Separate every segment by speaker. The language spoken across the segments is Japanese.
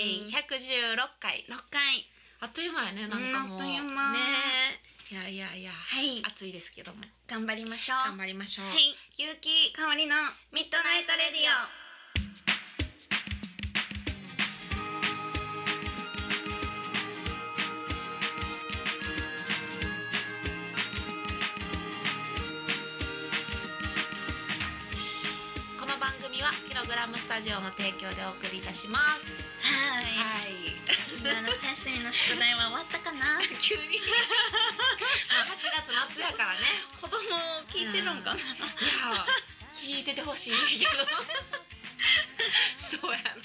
Speaker 1: 116回
Speaker 2: 六回
Speaker 1: あっという間やねなんかもう、
Speaker 2: うんあっという間
Speaker 1: ねえいやいやいや
Speaker 2: はい
Speaker 1: 暑いですけども
Speaker 2: 頑張りましょう
Speaker 1: 頑張りましょう、
Speaker 2: はい
Speaker 1: ゆうき
Speaker 2: 香りのミッドナイトレディオ
Speaker 1: この番組はキログラムスタジオの提供でお送りいたします
Speaker 2: はい
Speaker 1: い
Speaker 2: 今夏休みの宿題は終わったか な
Speaker 1: 急にまあ8月末やからね
Speaker 2: 子供聞 いてるんかな、
Speaker 1: いや聞いててほしいけどそうやな
Speaker 2: ど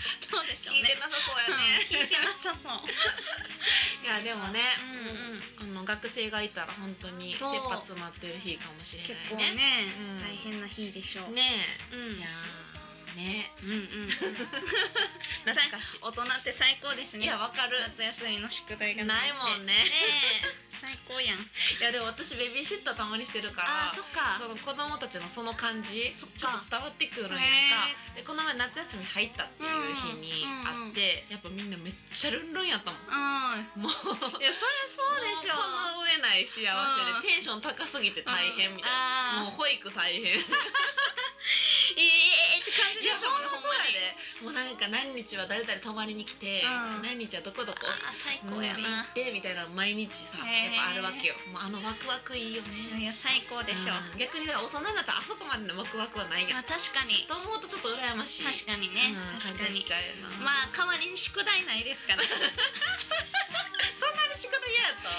Speaker 2: うでしょう
Speaker 1: 聞いて
Speaker 2: ね
Speaker 1: なさそう
Speaker 2: うん
Speaker 1: やね、
Speaker 2: 聞いてなさそう
Speaker 1: いやでもね、
Speaker 2: う
Speaker 1: うんあの学生がいたら本当に切
Speaker 2: そう
Speaker 1: 羽詰まってる日かもしれ
Speaker 2: 結構
Speaker 1: ないね。
Speaker 2: ね、
Speaker 1: うん
Speaker 2: 大変な日でしょう、
Speaker 1: ね
Speaker 2: う
Speaker 1: え、
Speaker 2: ん
Speaker 1: いやーね
Speaker 2: うんうん
Speaker 1: 懐かし
Speaker 2: 大人って最高です
Speaker 1: い。
Speaker 2: ね
Speaker 1: いやわかる。
Speaker 2: 夏休みの宿題が
Speaker 1: ない
Speaker 2: って
Speaker 1: もんね
Speaker 2: ね え最高やん
Speaker 1: いやでも私ベビーシッターたまにしてるか
Speaker 2: っ
Speaker 1: ら。
Speaker 2: か
Speaker 1: その子供たちのその感じち
Speaker 2: そ
Speaker 1: ょっ
Speaker 2: っ
Speaker 1: と
Speaker 2: か
Speaker 1: 伝わってくるのやんかでこの前夏休み入ったっていう日にあって、やっぱみんなめっちゃルンルンやったもん
Speaker 2: うん
Speaker 1: も
Speaker 2: い
Speaker 1: う
Speaker 2: やそりゃそうでしょ
Speaker 1: もうこの上ない幸せで、
Speaker 2: うん
Speaker 1: テンション高すぎて大変みたいな、
Speaker 2: な
Speaker 1: もう保育大変
Speaker 2: ええって感じ
Speaker 1: い
Speaker 2: で
Speaker 1: や
Speaker 2: し
Speaker 1: そ
Speaker 2: たもんね
Speaker 1: う
Speaker 2: ほん
Speaker 1: そう
Speaker 2: ま
Speaker 1: や
Speaker 2: に
Speaker 1: でもうなんか何日は誰々泊まりに来て、
Speaker 2: うん
Speaker 1: 何日はどこどこ
Speaker 2: あー最
Speaker 1: 飲
Speaker 2: 高
Speaker 1: み
Speaker 2: や
Speaker 1: 行
Speaker 2: な
Speaker 1: っ、てみたいなの毎日さ
Speaker 2: へ
Speaker 1: や
Speaker 2: ー
Speaker 1: っぱあるわけよもうあのワクワクいい
Speaker 2: い
Speaker 1: よね
Speaker 2: や最高でしょう、
Speaker 1: うん逆にだから大人になったらあそこまでのワクワクはないや
Speaker 2: まあ
Speaker 1: ん
Speaker 2: 確かに
Speaker 1: と思うとちょっと羨ましい
Speaker 2: 確かにね、
Speaker 1: うん
Speaker 2: 確か
Speaker 1: 感じ
Speaker 2: に
Speaker 1: しちゃうよな、
Speaker 2: まあ代わりに宿題ないです からいや
Speaker 1: そんなに仕事嫌やった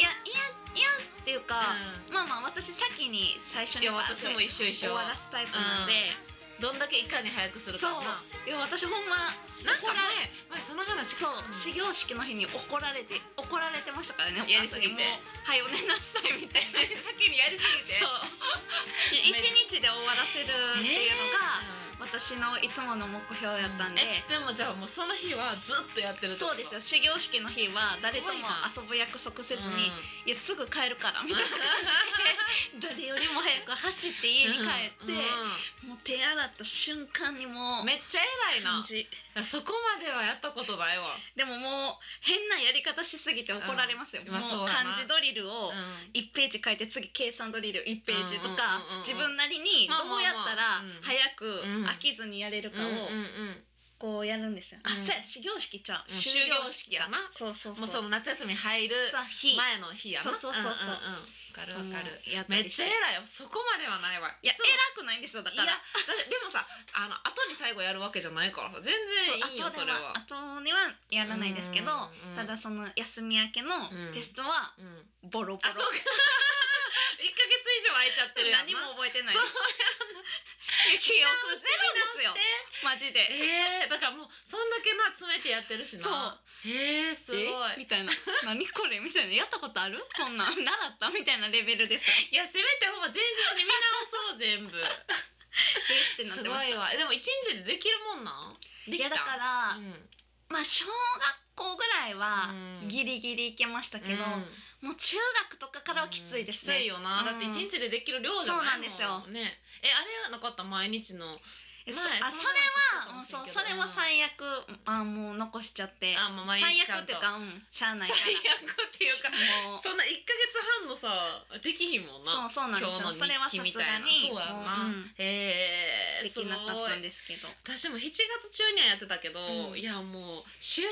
Speaker 2: いやいやっていうか、まあまあ私先に最初に
Speaker 1: いや
Speaker 2: バーって
Speaker 1: 私も一緒一
Speaker 2: 終
Speaker 1: 緒
Speaker 2: わらすタイプなんで、
Speaker 1: どんだけいかに早くする
Speaker 2: そう
Speaker 1: かない
Speaker 2: や私ほんま
Speaker 1: なんか
Speaker 2: 怒られ
Speaker 1: 前前その話
Speaker 2: そう、
Speaker 1: ん
Speaker 2: 始業式の日に怒られて怒られてましたからねお
Speaker 1: や
Speaker 2: 母さ
Speaker 1: り
Speaker 2: ん
Speaker 1: すぎ
Speaker 2: に
Speaker 1: て
Speaker 2: もうはいお寝なさいみたいな
Speaker 1: 先にやりすぎて
Speaker 2: そういや一日で終わらせるっていうのが、
Speaker 1: うん
Speaker 2: 私のいつもの目標やったんで、
Speaker 1: えでもじゃあもうその日はずっとやってるって
Speaker 2: そ
Speaker 1: こと
Speaker 2: うですよ始業式の日は誰とも遊ぶ約束せずに
Speaker 1: う
Speaker 2: 「いやすぐ帰るから」みたいな感じで誰よりも早く走って 家に帰っ
Speaker 1: ん
Speaker 2: て、もう手洗った瞬間にも
Speaker 1: うん
Speaker 2: う
Speaker 1: めっちゃ偉い
Speaker 2: 感
Speaker 1: な
Speaker 2: じ
Speaker 1: そこまではやったことないわ、
Speaker 2: でももう変なやり方しすぎて怒られますよ、
Speaker 1: うんまあ
Speaker 2: もう
Speaker 1: そうやな
Speaker 2: 漢字ドリルを
Speaker 1: う
Speaker 2: 1ページ書いて次計算ドリル1ページとか
Speaker 1: うんうんうんうん
Speaker 2: 自分なりに
Speaker 1: まあ
Speaker 2: ど
Speaker 1: まあまあ
Speaker 2: うやったら
Speaker 1: うん
Speaker 2: 早く
Speaker 1: うん
Speaker 2: 飽きずにやれるか
Speaker 1: ん
Speaker 2: を
Speaker 1: うんうん
Speaker 2: こうやるんですよ、
Speaker 1: う
Speaker 2: あ
Speaker 1: ん
Speaker 2: そうや始業式ちゃう
Speaker 1: うん終業式やな
Speaker 2: そうそうそう
Speaker 1: もうその夏休み入る
Speaker 2: さ日
Speaker 1: 前の日やな
Speaker 2: そうそうそうそうん
Speaker 1: んんんわかるわかる
Speaker 2: そのやた
Speaker 1: めっ
Speaker 2: りし
Speaker 1: ち
Speaker 2: て
Speaker 1: ゃ偉いよそこまではないわ
Speaker 2: いや
Speaker 1: つも
Speaker 2: 偉くないんですよだから
Speaker 1: いやだでもさあの後に最後やるわけじゃないからさ全然いいよ
Speaker 2: そう後で
Speaker 1: それ
Speaker 2: は
Speaker 1: は
Speaker 2: 後にはやらないですけど
Speaker 1: うんうん
Speaker 2: ただその休み明けの
Speaker 1: うん
Speaker 2: テストは
Speaker 1: うん
Speaker 2: ボロボロ
Speaker 1: あそうか1ヶ月以上空いちゃってるやんな
Speaker 2: 何も覚えてない
Speaker 1: そう
Speaker 2: 記憶ゼロですよマジで
Speaker 1: えー、だからもうそんだけな詰めてやってるし
Speaker 2: そう
Speaker 1: なへえー、すごい
Speaker 2: えみたいな「何これ」みたいな「やったことあるこんなん習った?」みたいなレベルですよ
Speaker 1: いやせめてほんま前日に見直そう全部
Speaker 2: え ってなっ
Speaker 1: す
Speaker 2: て
Speaker 1: ご
Speaker 2: まし
Speaker 1: い
Speaker 2: た
Speaker 1: わえでも一日でできるもんなんで
Speaker 2: い
Speaker 1: きた
Speaker 2: やだか
Speaker 1: う
Speaker 2: ら、
Speaker 1: ん、
Speaker 2: まあ小学校ぐらいは
Speaker 1: うん
Speaker 2: ギリギリいけましたけど、
Speaker 1: うん
Speaker 2: もう中学とかからはきついです
Speaker 1: きつい
Speaker 2: ね、
Speaker 1: よな、
Speaker 2: うん
Speaker 1: だって一日でできる量じゃないもん
Speaker 2: そうなんです
Speaker 1: ねえあれはなかった毎日の
Speaker 2: えそ
Speaker 1: 前
Speaker 2: あ
Speaker 1: そ
Speaker 2: そ
Speaker 1: の
Speaker 2: れ
Speaker 1: 話
Speaker 2: はもう
Speaker 1: し
Speaker 2: そう
Speaker 1: たかもしれんけど
Speaker 2: それは最悪あもう残しちゃって
Speaker 1: あもう毎
Speaker 2: 最
Speaker 1: 日ちゃ
Speaker 2: 悪っ
Speaker 1: ん
Speaker 2: て
Speaker 1: と
Speaker 2: いうかうんしゃあない
Speaker 1: 最
Speaker 2: から
Speaker 1: 悪っていうか
Speaker 2: もう
Speaker 1: そんな一ヶ月半のさできひんもんな
Speaker 2: そうそうなんですよそれはさすがに
Speaker 1: そうやろ
Speaker 2: も
Speaker 1: な、
Speaker 2: ううん
Speaker 1: へえ
Speaker 2: できなかったんですけど
Speaker 1: すごい私も7月中にはやってたけど、
Speaker 2: うん
Speaker 1: いやもう終業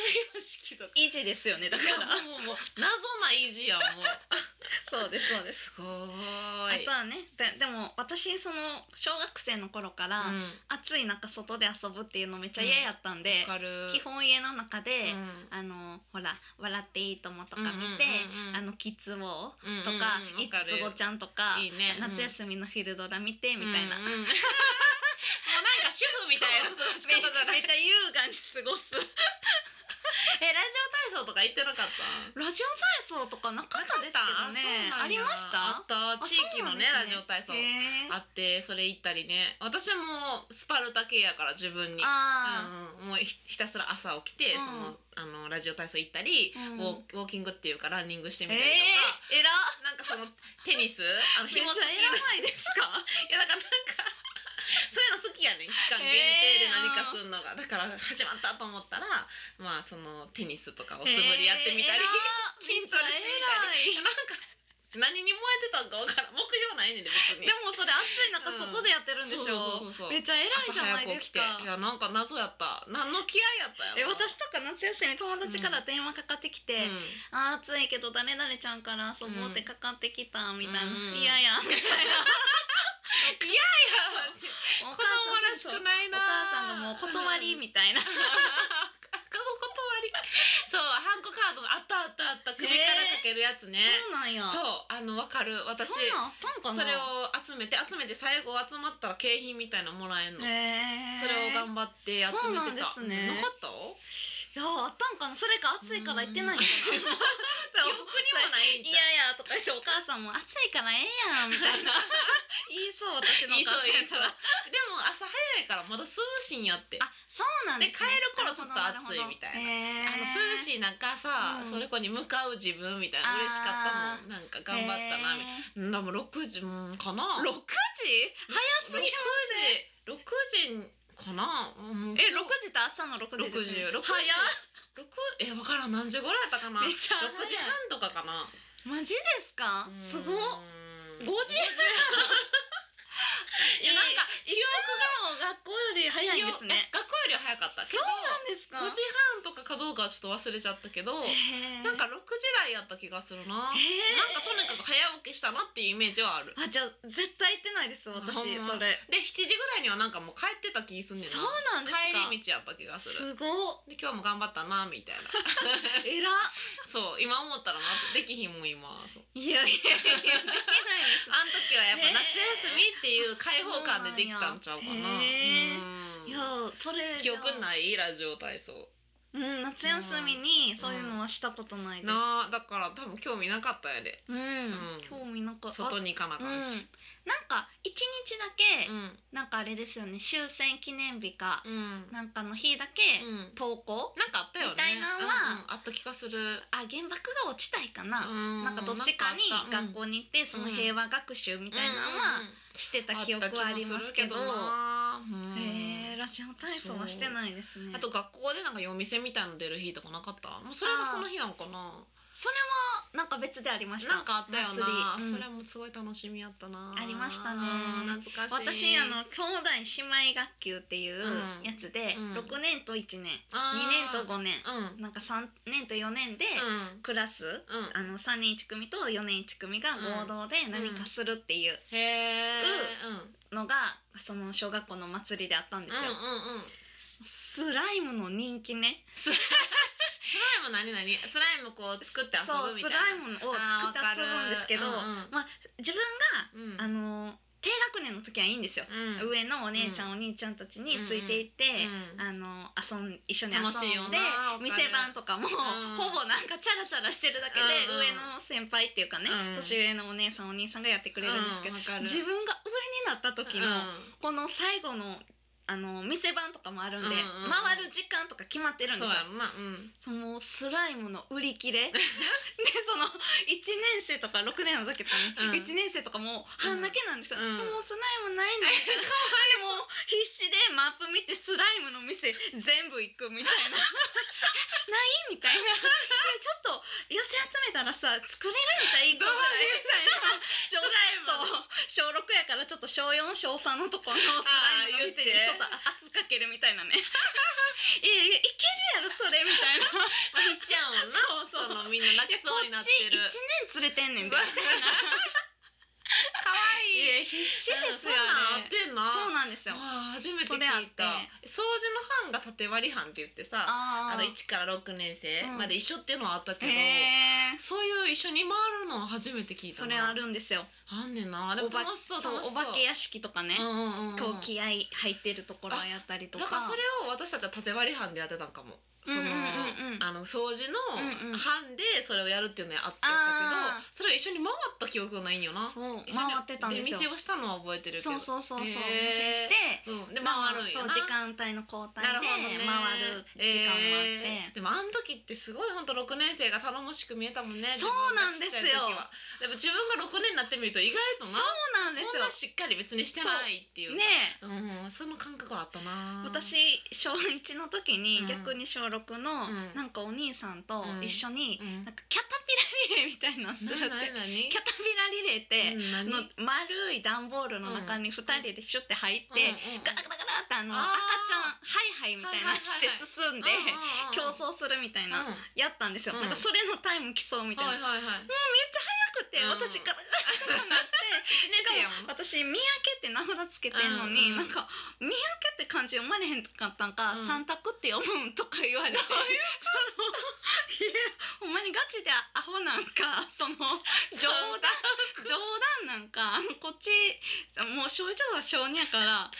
Speaker 1: 式とか
Speaker 2: 維持ですよねだか
Speaker 1: いや
Speaker 2: ら
Speaker 1: もうもう謎な意地やんもう
Speaker 2: そうですそうです
Speaker 1: すご
Speaker 2: あ
Speaker 1: ーい
Speaker 2: とはねででも私その小学生の頃から、
Speaker 1: うん、
Speaker 2: 暑い中外で遊ぶっていうのめっちゃ嫌やったんで
Speaker 1: わ、かる
Speaker 2: 基本家の中で、
Speaker 1: うん
Speaker 2: あのほら「笑っていいとも」とか見て
Speaker 1: うんうんうん
Speaker 2: 「
Speaker 1: うん
Speaker 2: あのキッズウォー」
Speaker 1: うん
Speaker 2: とか
Speaker 1: うんう
Speaker 2: 「
Speaker 1: ん
Speaker 2: い
Speaker 1: わか
Speaker 2: つ
Speaker 1: る
Speaker 2: つごちゃん」とか
Speaker 1: いいねうん
Speaker 2: 夏休みの昼ドラ」見てみたいな、
Speaker 1: うんうん もうなんか主婦みたいな過ごし
Speaker 2: め
Speaker 1: 方じゃな
Speaker 2: めっ
Speaker 1: い
Speaker 2: ちゃ優雅に過ごす
Speaker 1: えラジオ体操とか行ってなかった
Speaker 2: ラジオ体操とかなかったですけどね
Speaker 1: あ
Speaker 2: あ
Speaker 1: った
Speaker 2: りました
Speaker 1: あった地域のね
Speaker 2: あ
Speaker 1: ラジオ体操
Speaker 2: そうなんですねへー
Speaker 1: あってそれ行ったりね私はもうスパルタ系やから自分に
Speaker 2: あ
Speaker 1: うん、もうひひたすら朝起きて、
Speaker 2: うん
Speaker 1: そのあのラジオ体操行ったり、
Speaker 2: うん
Speaker 1: ウォーウォーキングっていうかランニングし
Speaker 2: ー
Speaker 1: てみた
Speaker 2: えー、え
Speaker 1: りと
Speaker 2: ら
Speaker 1: か、なんかそのテニスあ
Speaker 2: めっ
Speaker 1: の
Speaker 2: ちゃ
Speaker 1: 紐
Speaker 2: 偉いで
Speaker 1: 付きのい
Speaker 2: すか
Speaker 1: やだからなんか そういうの好きやねん期間限定で何かすんのが、だから始まったと思ったらまあそのテニスとかを素振りやってみたり、
Speaker 2: えー偉い
Speaker 1: 筋トレしてみた
Speaker 2: めっちゃ偉い
Speaker 1: なんか何に燃えてたんかわからん目標ないねんで別に
Speaker 2: でもそれ暑い中
Speaker 1: うん
Speaker 2: 外でやってるんでしょ、
Speaker 1: そうそうそうそう
Speaker 2: めっちゃ偉いじゃないですか
Speaker 1: 朝早く起きていやなんか謎やった何の気合やったや
Speaker 2: え
Speaker 1: ろな
Speaker 2: 私とか夏休み友達から電話かかってきて「
Speaker 1: うん
Speaker 2: あー暑いけど誰々ちゃんから遊ぼうってかかってきた」みたいな
Speaker 1: う
Speaker 2: 「
Speaker 1: ん
Speaker 2: いやいや」 みたいな「お母
Speaker 1: 子
Speaker 2: さ
Speaker 1: 供
Speaker 2: ん
Speaker 1: らしくない
Speaker 2: お
Speaker 1: な
Speaker 2: 母さんがもう断り みたいな
Speaker 1: あお断りそうハンコカードのあったあったあった首からかけるやつね、
Speaker 2: そうなんや
Speaker 1: そうあのわかる私
Speaker 2: そんなんあったんか
Speaker 1: そ
Speaker 2: な
Speaker 1: れを集めて集めて最後集まったら景品みたいなのもらえんの、
Speaker 2: へー
Speaker 1: それを頑張って集めてた
Speaker 2: そうなんですね
Speaker 1: なかった
Speaker 2: いやあったんかなそれか暑いから行ってないん かな
Speaker 1: 記憶にもないん
Speaker 2: い
Speaker 1: じ
Speaker 2: や
Speaker 1: ゃん
Speaker 2: いやとか言ってお母さんも暑いからええやんみた いな言いそう私の
Speaker 1: いい
Speaker 2: お
Speaker 1: そう
Speaker 2: 母さん
Speaker 1: いい
Speaker 2: や
Speaker 1: そ
Speaker 2: か
Speaker 1: う
Speaker 2: ら
Speaker 1: でも朝早いからまだ涼しいんやって
Speaker 2: あそうなんです、ね、
Speaker 1: で帰る頃ちょっと暑いみたいなあの涼
Speaker 2: い
Speaker 1: しい中さ、
Speaker 2: うん
Speaker 1: それこに向かう自分みたいな嬉しかったもんなんか頑張ったなみたいな、
Speaker 2: た
Speaker 1: でも6時うんかな
Speaker 2: 六時早すぎま
Speaker 1: 6時かなうん
Speaker 2: せんえ六時って朝の六時
Speaker 1: 六
Speaker 2: で
Speaker 1: 時
Speaker 2: す、ね、
Speaker 1: 六時
Speaker 2: 早っ
Speaker 1: 六え分からん何時頃やったかな
Speaker 2: めっちゃ早い
Speaker 1: 6時半とかかな
Speaker 2: マジですかすごっ
Speaker 1: 5
Speaker 2: 5時
Speaker 1: いやなんか
Speaker 2: 記憶が学校より早いんですね
Speaker 1: え学校よりは早かったけ
Speaker 2: そ
Speaker 1: ど
Speaker 2: うなんですか
Speaker 1: 5時半とかかどうかはちょっと忘れちゃったけど
Speaker 2: へー
Speaker 1: なんか6時台やった気がするななんか
Speaker 2: へえ
Speaker 1: とにかく早起きしたなっていうイメージはある
Speaker 2: あじゃあ絶対行ってないです私そ
Speaker 1: ほんま
Speaker 2: れ
Speaker 1: で7時ぐらいにはなんかもう帰ってた気すんねんな
Speaker 2: そうなんですか
Speaker 1: 帰り道やった気がす
Speaker 2: す
Speaker 1: る
Speaker 2: ごっ
Speaker 1: で今日も頑張ったなみたい な
Speaker 2: えら
Speaker 1: そう今思ったらなできひんもん今そう
Speaker 2: いやいやいやできないです
Speaker 1: あん時はやっぱ
Speaker 2: えー
Speaker 1: 夏休みっていう開放感でできたんちゃうかな。
Speaker 2: へー
Speaker 1: うん
Speaker 2: いやそれ
Speaker 1: 記憶
Speaker 2: い、
Speaker 1: ないラジオ体操。
Speaker 2: うん、夏休みにそういうのはしたことないです、
Speaker 1: なあだから多分興味なかったんやで。
Speaker 2: うん
Speaker 1: うん
Speaker 2: 興味なんかあ
Speaker 1: 外に行かなあ
Speaker 2: うん、
Speaker 1: か
Speaker 2: なんん
Speaker 1: し。
Speaker 2: か一日だけ、
Speaker 1: うん
Speaker 2: なんかあれですよね終戦記念日か、
Speaker 1: うん
Speaker 2: なんかの日だけ
Speaker 1: うん。
Speaker 2: 投稿、
Speaker 1: なんかあったよね。
Speaker 2: みたいなんは
Speaker 1: うんうんあった気がする。
Speaker 2: あ原爆が落ちたいかな、
Speaker 1: な
Speaker 2: なんかどっちかに学
Speaker 1: に
Speaker 2: 校に行ってその平和学習みたいなのはしてた記憶はありますけど、
Speaker 1: なうん
Speaker 2: えー、ラジオ体操はしてないですね
Speaker 1: あと学校でなんか夜店みたいの出る日とかなかった？もうそれがその日なのかな。
Speaker 2: それはなんか別でありました
Speaker 1: なんかあったよな、
Speaker 2: 祭りうん
Speaker 1: それもすごい楽しみやったな
Speaker 2: ありましたね
Speaker 1: うん懐かしい
Speaker 2: 私あの兄弟姉妹学級っていう
Speaker 1: うん
Speaker 2: やつで、
Speaker 1: うん
Speaker 2: 6年と1年2
Speaker 1: あー
Speaker 2: 年と5年
Speaker 1: うん
Speaker 2: なんか3年と4年で
Speaker 1: うん
Speaker 2: クラス、
Speaker 1: うん
Speaker 2: あの3年1組と4年1組が合同で何かするっていう
Speaker 1: へえうん
Speaker 2: のが、その小学校の祭りであったんですよ、
Speaker 1: うんうん
Speaker 2: スライムの人気ね
Speaker 1: スライム何何スライムこう作って遊
Speaker 2: そう
Speaker 1: ぶみ
Speaker 2: ス
Speaker 1: たい
Speaker 2: ライム
Speaker 1: な
Speaker 2: を作って遊ぶんですけど、
Speaker 1: あ
Speaker 2: まあ自分
Speaker 1: ー
Speaker 2: が、
Speaker 1: わか
Speaker 2: あの
Speaker 1: る
Speaker 2: 低学年の時はいいんですよ、
Speaker 1: うんうん
Speaker 2: 上のお姉ちゃん、お兄ちゃんたちについていって、
Speaker 1: うん
Speaker 2: あの遊ん一緒に遊ん
Speaker 1: 楽しいよ
Speaker 2: で
Speaker 1: なわかる
Speaker 2: 店番とかも、
Speaker 1: ん
Speaker 2: ほぼなんかチャラチャラしてるだけで、
Speaker 1: うんうん
Speaker 2: 上の先輩っていうかね、
Speaker 1: うん
Speaker 2: 年上のお姉さんお兄さんがやってくれるんですけど、
Speaker 1: うんわかる
Speaker 2: 自分が上になった時の、
Speaker 1: うん
Speaker 2: この最後のあの店番とかもあるんで、
Speaker 1: うんうんうん
Speaker 2: 回る時間とか決まってるんで
Speaker 1: そ
Speaker 2: す
Speaker 1: う
Speaker 2: よ
Speaker 1: や。ろなうん
Speaker 2: そのスライムの売り 切れでその1年生とか6年の時とかね、
Speaker 1: う
Speaker 2: 1
Speaker 1: ん
Speaker 2: 年生とかもう半泣けなんですよ、
Speaker 1: うん
Speaker 2: もうスライムないんだみたいなでも必死でマップ見てスライムの店全部行くみたいなないみたいないやちょっと寄せ集めたらさ作れるんじゃいいかぐらいみたいな小そう小6やからちょっと小4小3のとこのスライムの店に
Speaker 1: あー言って
Speaker 2: ちょっと圧かけるみたいなねいやいやいけるやろそれみたいな。
Speaker 1: まあ必死やもんな
Speaker 2: そう そう
Speaker 1: のみんな泣
Speaker 2: で
Speaker 1: きそうになってる
Speaker 2: こっち一年連れてんねんで
Speaker 1: かわいい
Speaker 2: いや必死ですよね
Speaker 1: うんそんなんあってんな
Speaker 2: そうなんですよ
Speaker 1: あー初めて聞
Speaker 2: そ
Speaker 1: い
Speaker 2: れあって
Speaker 1: た掃除の班が縦割り班って言ってさあ
Speaker 2: あ
Speaker 1: の1から6年生まで一緒っていうのはあったけど、
Speaker 2: へー
Speaker 1: そういう一緒に回るのは初めて聞いた
Speaker 2: そ
Speaker 1: な
Speaker 2: れあるんですよ
Speaker 1: あんねんなでも
Speaker 2: おば
Speaker 1: 楽しそう
Speaker 2: そう
Speaker 1: 楽しそう
Speaker 2: お化け屋敷とかね
Speaker 1: うんうんうんうん
Speaker 2: こう気合入ってるところをやったりと
Speaker 1: だ
Speaker 2: か
Speaker 1: からそれを私たちは縦割り班でやってたんかもその、
Speaker 2: うんうんうんうん
Speaker 1: あの掃除
Speaker 2: うんうん
Speaker 1: の班でそれをやるっていうのはあった
Speaker 2: あ
Speaker 1: けどそれを一緒に回った記憶がないんよな
Speaker 2: そう
Speaker 1: 一緒に
Speaker 2: 回ってたんですよ
Speaker 1: 出店をしたのは覚えてるけど
Speaker 2: そうそうそうそう、お店して
Speaker 1: うん、で回
Speaker 2: まあ
Speaker 1: るんや
Speaker 2: そう
Speaker 1: な
Speaker 2: 時間帯の交代
Speaker 1: なる
Speaker 2: で
Speaker 1: ほどね
Speaker 2: 回る時間もあって、
Speaker 1: えーでもあの時ってすごい本当六年生が頼もしく見えたもんね
Speaker 2: そうなんですよ
Speaker 1: 自分がちっちゃい時はでも自分が六年になってみると意外と
Speaker 2: そう
Speaker 1: な
Speaker 2: なんです
Speaker 1: そん
Speaker 2: よ
Speaker 1: なしっかり別にしてないっていう
Speaker 2: ねえ
Speaker 1: うん、その感覚はあったな
Speaker 2: 私小1の時
Speaker 1: う
Speaker 2: に
Speaker 1: ん
Speaker 2: 逆に小6の
Speaker 1: うん
Speaker 2: なんかお兄さんと一緒に
Speaker 1: うん
Speaker 2: なんかキャタピラリレーみたいなのするっ
Speaker 1: なな
Speaker 2: てキ
Speaker 1: 何
Speaker 2: ャタピラリレーって
Speaker 1: うん
Speaker 2: の
Speaker 1: 何
Speaker 2: 丸い段ボールの中に2人でシュッて入って
Speaker 1: うんうんうん
Speaker 2: ガラガラガラってあの
Speaker 1: あー
Speaker 2: 赤ちゃんハイハイみたいなのして進んで競争するみたいな
Speaker 1: うん
Speaker 2: やったんですよ
Speaker 1: うん
Speaker 2: なんかそれのタイム競うみたい
Speaker 1: はい
Speaker 2: な
Speaker 1: はいはい
Speaker 2: 早くて
Speaker 1: うん
Speaker 2: 私ガラガラガラってなって
Speaker 1: 一
Speaker 2: し
Speaker 1: 年
Speaker 2: か
Speaker 1: 生やも
Speaker 2: も
Speaker 1: ん
Speaker 2: 私「三宅」って名札つけてんの
Speaker 1: う
Speaker 2: に、
Speaker 1: んうん
Speaker 2: なんか「三宅」って漢字読まれへんかったんか「
Speaker 1: うん
Speaker 2: 三択って読むん」とか言われて
Speaker 1: どうい
Speaker 2: そのいやほんまにガチでアホなんかその冗談冗談なんかあのこっちもう小1とか小2やから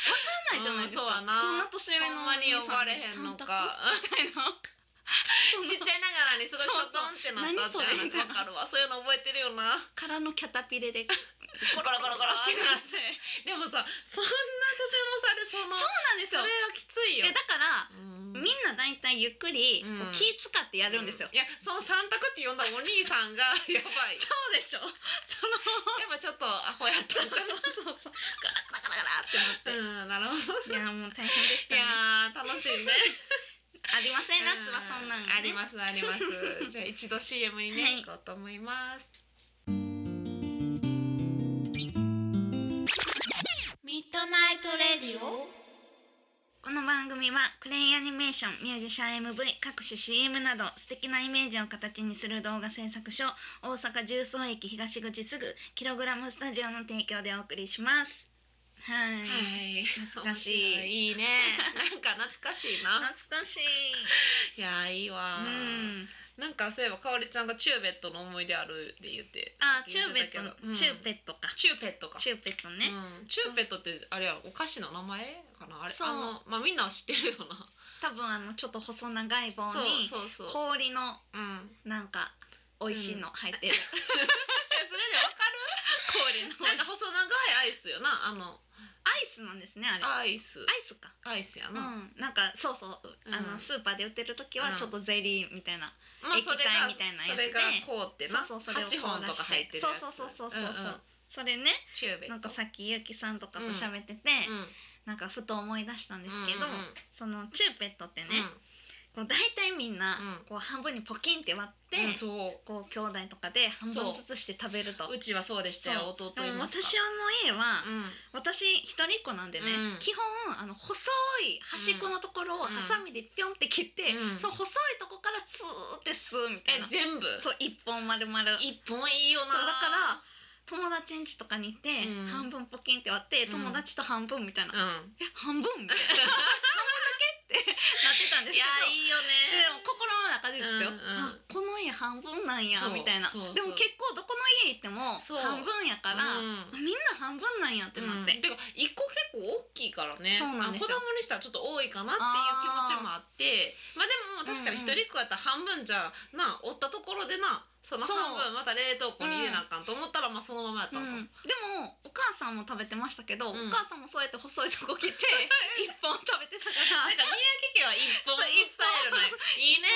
Speaker 2: 分かんないじゃないですか、
Speaker 1: うんそうや
Speaker 2: こ
Speaker 1: なん
Speaker 2: な年上の
Speaker 1: ほんまに呼ばれへんのか
Speaker 2: 三択みたいなその
Speaker 1: ちっちゃいながらにすごい
Speaker 2: そう
Speaker 1: コトンってなったって
Speaker 2: そう何それ
Speaker 1: 話わかるわそういうの覚えてるよな
Speaker 2: からのキャタピレでゴ
Speaker 1: ロゴロゴロってなってでもさそんな年の
Speaker 2: そうなんです
Speaker 1: 差でそのそ
Speaker 2: よ
Speaker 1: れはきついよ
Speaker 2: えだから
Speaker 1: うん
Speaker 2: みんな大体ゆっくり、
Speaker 1: うん
Speaker 2: こう気使ってやるんですよ、
Speaker 1: いやその三択って呼んだお兄さんがやば い
Speaker 2: そうでしょその
Speaker 1: やっぱちょっとアホやった
Speaker 2: そうそうそうガラガラガラガラってなって、
Speaker 1: んなるほど
Speaker 2: いやもう大変でし
Speaker 1: い
Speaker 2: たね
Speaker 1: やー楽しいね
Speaker 2: ありません夏はそんなん、ね、
Speaker 1: ありますあ りますじゃあ一度 CM にね、
Speaker 2: はい
Speaker 1: 行こうと思います
Speaker 2: ミッドナイトレディオこの番組はクレイアニメーションミュージシャン MV 各種 CM など素敵なイメージを形にする動画制作所大阪十三駅東口すぐキログラムスタジオの提供でお送りしますはい
Speaker 1: はい
Speaker 2: 懐かしい
Speaker 1: 面白いいいねなんか懐かしいな
Speaker 2: 懐かしい
Speaker 1: いやーいいわー、
Speaker 2: うん
Speaker 1: なんかそういえばかおりちゃんがチューベットの思い出あるって言って
Speaker 2: あチ
Speaker 1: 言
Speaker 2: ュ
Speaker 1: っ
Speaker 2: ーベ
Speaker 1: てた
Speaker 2: ッ
Speaker 1: け
Speaker 2: ト
Speaker 1: ど
Speaker 2: の、
Speaker 1: うん
Speaker 2: チューペットか
Speaker 1: チューペットか
Speaker 2: チューペットね、
Speaker 1: うん、チューペットってあれやお菓子の名前かなあれ
Speaker 2: そう
Speaker 1: あのまあみんなは知ってるよな
Speaker 2: 多分あのちょっと細長い棒
Speaker 1: そう
Speaker 2: に
Speaker 1: そうそう
Speaker 2: 氷の
Speaker 1: うん
Speaker 2: なんか美味しいの入ってる、
Speaker 1: え それでわかる
Speaker 2: 氷の
Speaker 1: なんか細長いアイスよなあの
Speaker 2: アイスなんですねあれアイ
Speaker 1: アイス
Speaker 2: スか
Speaker 1: アイスや
Speaker 2: う
Speaker 1: な、
Speaker 2: ん、なんかそうそう、
Speaker 1: うん
Speaker 2: あのスーパーで売ってる時
Speaker 1: う
Speaker 2: は
Speaker 1: ん
Speaker 2: ちょっとゼリーみたいな、
Speaker 1: まあ
Speaker 2: 液
Speaker 1: そ
Speaker 2: 体
Speaker 1: れが
Speaker 2: みたいなやつ
Speaker 1: そ
Speaker 2: で
Speaker 1: れがこうってな
Speaker 2: そうそうそれをこう
Speaker 1: 八本とか入ってるやつ
Speaker 2: そうそうそうそうそうん
Speaker 1: ん
Speaker 2: それね
Speaker 1: チューベット
Speaker 2: なんかさっきゆきさんとかと喋ってて、
Speaker 1: うん
Speaker 2: なんかふと思い出したんですけど、
Speaker 1: うんうんうん
Speaker 2: そのチューペットってね、こう大体みんな
Speaker 1: うん
Speaker 2: こう半分にポキンって割って、
Speaker 1: うんうんそう
Speaker 2: こう兄弟とかで半分ずつして食べると。
Speaker 1: うちはそうでしたよ弟
Speaker 2: で
Speaker 1: い
Speaker 2: も
Speaker 1: ますか
Speaker 2: 私の家は、
Speaker 1: うん
Speaker 2: 私一人っ子なんでね、
Speaker 1: うん
Speaker 2: 基本あの細い端っこのところを
Speaker 1: うん
Speaker 2: ハサミでピョンって切って、
Speaker 1: うん
Speaker 2: その細いとこからスーって吸うみたい
Speaker 1: え
Speaker 2: な、
Speaker 1: 全部
Speaker 2: そう一本丸々
Speaker 1: 一本いいよな
Speaker 2: そうだから友達ん家とかに行って、
Speaker 1: うん
Speaker 2: 半分ポキンって割って
Speaker 1: うん
Speaker 2: 友達と半分みたいな、
Speaker 1: うん
Speaker 2: え半分みたいな 半分だけってなってたんです
Speaker 1: い
Speaker 2: け
Speaker 1: や
Speaker 2: ど
Speaker 1: いいよ
Speaker 2: でで
Speaker 1: ね
Speaker 2: も心の中でですよ、
Speaker 1: うんう
Speaker 2: あ
Speaker 1: ん
Speaker 2: この家半分なんや
Speaker 1: そう
Speaker 2: みたいな
Speaker 1: そうそう
Speaker 2: でも結構どこの家行っても
Speaker 1: そう
Speaker 2: 半分やから、
Speaker 1: うん
Speaker 2: みんな半分なんやってなって、
Speaker 1: うん、てか一個結構大きいからね
Speaker 2: そうなんですよ
Speaker 1: あ子供にしたらちょっと多いかなっていう気持ちもあってまあでも確かに一人っ子やったら半分じゃな折ったところでなその
Speaker 2: そう
Speaker 1: 半分また冷凍庫に入れなあかんと思ったらまあそのままやった
Speaker 2: うんん
Speaker 1: と、
Speaker 2: でもお母さんも食べてましたけど、
Speaker 1: うん
Speaker 2: お母さんもそうやって細いとこ切 って一本食べてたか
Speaker 1: なん
Speaker 2: らだ
Speaker 1: か宮城家は一本
Speaker 2: そう一
Speaker 1: スタイルねいいね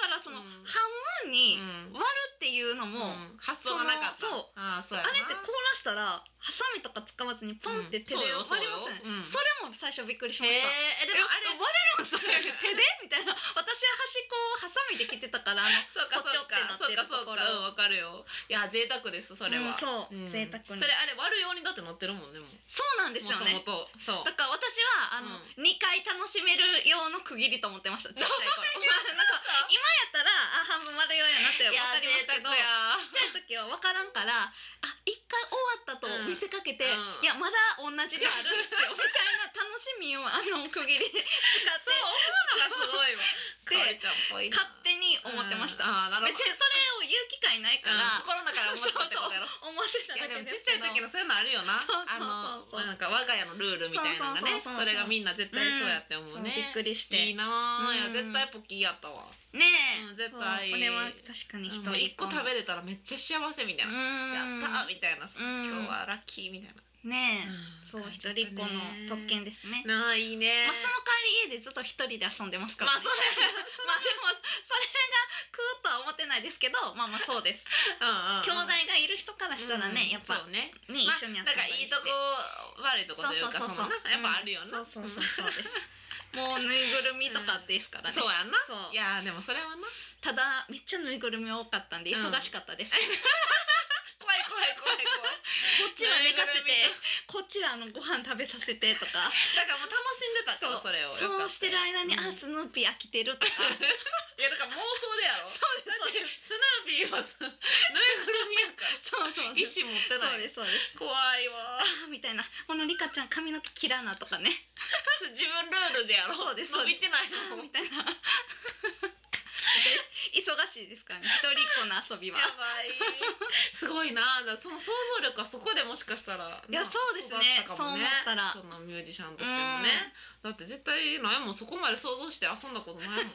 Speaker 2: からその
Speaker 1: うん
Speaker 2: 半分に割る
Speaker 1: うん
Speaker 2: っていうのも、
Speaker 1: うん発想がなかった
Speaker 2: そのそう
Speaker 1: あーそう
Speaker 2: あ
Speaker 1: やな
Speaker 2: れって凍らしたらハサミとか使わずにポンって手で
Speaker 1: うんそう
Speaker 2: 割り
Speaker 1: よ
Speaker 2: ますよね、
Speaker 1: そうよ
Speaker 2: それ
Speaker 1: うん
Speaker 2: も最初びっくりしま
Speaker 1: へ
Speaker 2: した。
Speaker 1: えで
Speaker 2: え
Speaker 1: も あれ
Speaker 2: 割れるんそれ 手でみたいな私は端っこをハサミで切ってたからあの
Speaker 1: そうかそうか
Speaker 2: ポチョってなってるところ
Speaker 1: そうかそうかうんわかるよいや贅沢ですそれ
Speaker 2: う
Speaker 1: は、
Speaker 2: んそう、
Speaker 1: うん
Speaker 2: 贅沢に
Speaker 1: それあれ割るようにだってなってるもんねもう
Speaker 2: そうなんですよね
Speaker 1: もともとそう
Speaker 2: だから私はあの、二回楽しめる用の区切りと思ってましたちっちゃい頃なんか 今やったらあ半分丸用やなって分かりますけど
Speaker 1: いや
Speaker 2: ちっちゃい時は分からんからあ一回終わったと見せかけて、
Speaker 1: うんうん
Speaker 2: いやまだ同じ量あるんです よみたいな楽しみをあの区切りで使っ
Speaker 1: そう
Speaker 2: て
Speaker 1: 思うのがすご い
Speaker 2: で
Speaker 1: わかおりちゃんっぽいな
Speaker 2: 勝手に思ってました、
Speaker 1: うんあーなる
Speaker 2: 別
Speaker 1: ほど
Speaker 2: にそれを言う機会ないから、
Speaker 1: うん心のだから思ったってことやろ
Speaker 2: 思ってた
Speaker 1: い
Speaker 2: だ
Speaker 1: やで
Speaker 2: け
Speaker 1: も
Speaker 2: で
Speaker 1: ちっ
Speaker 2: す
Speaker 1: ちゃ
Speaker 2: け
Speaker 1: い
Speaker 2: ど
Speaker 1: 時のそういうのあるよな
Speaker 2: そうそうそう
Speaker 1: あ
Speaker 2: そう
Speaker 1: のなんか我が家のルールみたいなのがね
Speaker 2: そそうそ
Speaker 1: そう
Speaker 2: うそう
Speaker 1: れがみんな絶対そうやって思う
Speaker 2: そうびっ
Speaker 1: ね、
Speaker 2: くりして
Speaker 1: いいなあ、
Speaker 2: うん
Speaker 1: いや絶対ポッキーやったわ
Speaker 2: ねえ、
Speaker 1: うん絶
Speaker 2: そ
Speaker 1: 対
Speaker 2: うこれは確かに一人
Speaker 1: もう一個食べれたらめっちゃ幸せみたいな、やったーみたいなさ、
Speaker 2: うん
Speaker 1: 今日はラッキーみたいな、
Speaker 2: ねえ、
Speaker 1: うん
Speaker 2: そう
Speaker 1: 感じ
Speaker 2: 一
Speaker 1: だったね
Speaker 2: 人っ子の特権ですね
Speaker 1: なあいいね
Speaker 2: まあその代わり家でずっと一人で遊んでますか
Speaker 1: ま
Speaker 2: ら、
Speaker 1: あ
Speaker 2: ね、
Speaker 1: そうや
Speaker 2: まあでもそれが食うとは思ってないですけどまあまあそうです
Speaker 1: うんうんうん
Speaker 2: 兄弟がいる人からしたらね、
Speaker 1: うん
Speaker 2: やっぱ
Speaker 1: そうね
Speaker 2: ね一緒に遊ん
Speaker 1: まあ、だ
Speaker 2: だ
Speaker 1: から
Speaker 2: り
Speaker 1: いい
Speaker 2: して、
Speaker 1: とこ悪いとこというか
Speaker 2: そうそうそうそう
Speaker 1: のなやっぱあるよな、
Speaker 2: そうそうそうそうですもうぬいぐるみとかですからね、
Speaker 1: そうやんな
Speaker 2: そう
Speaker 1: いやーでもそれはな
Speaker 2: ただめっちゃぬいぐるみ多かったんで
Speaker 1: うん
Speaker 2: 忙しかったです、
Speaker 1: 怖い怖い怖い怖い
Speaker 2: こっちは寝かせ
Speaker 1: ぬいぐる
Speaker 2: てこっちはあのご飯食べさせてとか
Speaker 1: だからもう楽しんでたからそれをよ
Speaker 2: そう
Speaker 1: かったよ
Speaker 2: してる間に、
Speaker 1: うん
Speaker 2: あスヌーピー飽きてるとか
Speaker 1: いやだから妄想でやろだってスヌーピーはさぬいぐるみやから
Speaker 2: そうそうそう
Speaker 1: 意思持って
Speaker 2: そ
Speaker 1: な
Speaker 2: う
Speaker 1: い
Speaker 2: ですそうです
Speaker 1: 怖いわ
Speaker 2: あーみたいなこのリカちゃん髪の毛切らなとかね
Speaker 1: 自分ルールでやろ
Speaker 2: そうですそうです
Speaker 1: 伸びてな
Speaker 2: あ
Speaker 1: い
Speaker 2: ー
Speaker 1: もん
Speaker 2: みたいなめっちゃ忙しいですからね一人っ子の遊び
Speaker 1: や
Speaker 2: は
Speaker 1: ばい すごいなだからその想像力はそこでもしかしたら
Speaker 2: いや
Speaker 1: な
Speaker 2: そうですね
Speaker 1: 育ったかも
Speaker 2: そう思
Speaker 1: ね
Speaker 2: ったら
Speaker 1: そのミュージシャンとしてもねだって絶対ないもんそこまで想像して遊んだことないもん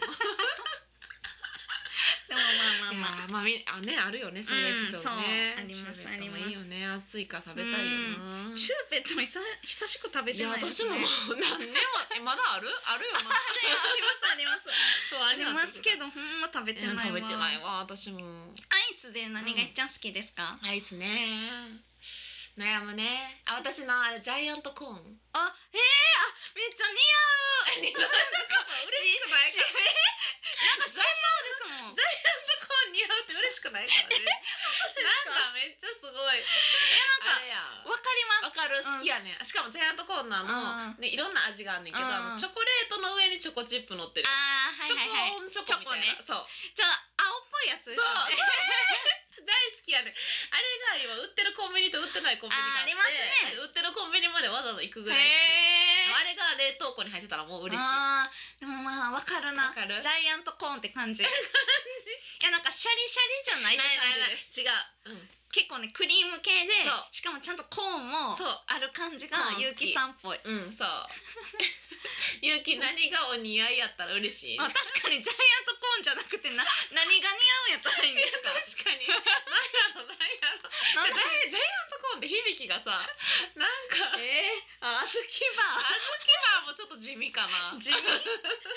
Speaker 2: でもまあ
Speaker 1: い
Speaker 2: まあまあ
Speaker 1: やーまあみあねあるよねそういうエピソードね、
Speaker 2: うんそうあります
Speaker 1: チュー
Speaker 2: あ
Speaker 1: ベットも
Speaker 2: ります
Speaker 1: いいよね暑いから食べたいよな、
Speaker 2: チューペットも久久しく食べ
Speaker 1: い
Speaker 2: て
Speaker 1: や
Speaker 2: ないです
Speaker 1: 私
Speaker 2: ね
Speaker 1: ももう何年もえまだある あるよな
Speaker 2: あります
Speaker 1: そう
Speaker 2: あ
Speaker 1: あ
Speaker 2: りますあります
Speaker 1: ど
Speaker 2: けどほんま食べて
Speaker 1: 食
Speaker 2: ないわ
Speaker 1: べてないわ私も
Speaker 2: アイスで何がいっちゃん好きですか、
Speaker 1: アイスね悩むねあ私なあれジャイアントコーン
Speaker 2: あえー、あめっちゃ似 合う
Speaker 1: 嬉しくな
Speaker 2: し
Speaker 1: いから
Speaker 2: えなんかしそうですもん
Speaker 1: ジャイアントコーン似合うって嬉しくないからねなんかめっちゃすごい
Speaker 2: なんか
Speaker 1: あれや
Speaker 2: わかり
Speaker 1: わ
Speaker 2: ます
Speaker 1: かる
Speaker 2: うん
Speaker 1: 好きやね、ん、しかもジャイアントコーンのあの、
Speaker 2: う
Speaker 1: ね、いろんな味があんねんけど、
Speaker 2: うん
Speaker 1: あのチョコレートの上にチョコチップ乗ってる、
Speaker 2: あーはい
Speaker 1: チョコ
Speaker 2: はいはい
Speaker 1: オンチョコみたいな、そう
Speaker 2: ちょっと青っぽいやつです
Speaker 1: そう
Speaker 2: よね
Speaker 1: 大好きやねんあれが今売ってるコンビニと売ってないコンビニがあっ
Speaker 2: あ
Speaker 1: て
Speaker 2: ーありますね
Speaker 1: 売ってるコンビニまでわざわざ行くぐらい好き
Speaker 2: へ
Speaker 1: あれが冷凍庫に入ってたらもう
Speaker 2: ー
Speaker 1: 嬉しい
Speaker 2: あーでもまあわかるな
Speaker 1: わかる
Speaker 2: ジャイアントコーンって感 じいやなんかシャリシャリじゃないって感じです
Speaker 1: 違う、うん、
Speaker 2: 結構ねクリーム系で
Speaker 1: そう
Speaker 2: しかもちゃんとコーンも
Speaker 1: そう
Speaker 2: ある感じ
Speaker 1: コーン
Speaker 2: が
Speaker 1: 好き
Speaker 2: ゆうきさんっぽい
Speaker 1: うんそう ゆうき何がお似合いやったら嬉しい
Speaker 2: あ確かにジャイアントコーンじゃなく てな何が似合うんやったらいいんですか
Speaker 1: 確かに何やろ何やろじゃ
Speaker 2: なん
Speaker 1: ジャ
Speaker 2: か
Speaker 1: イジャイアントコーンって響きがさなんか
Speaker 2: えー、あずき
Speaker 1: あ
Speaker 2: バー
Speaker 1: ずきバーもちょっと地味かな
Speaker 2: 地味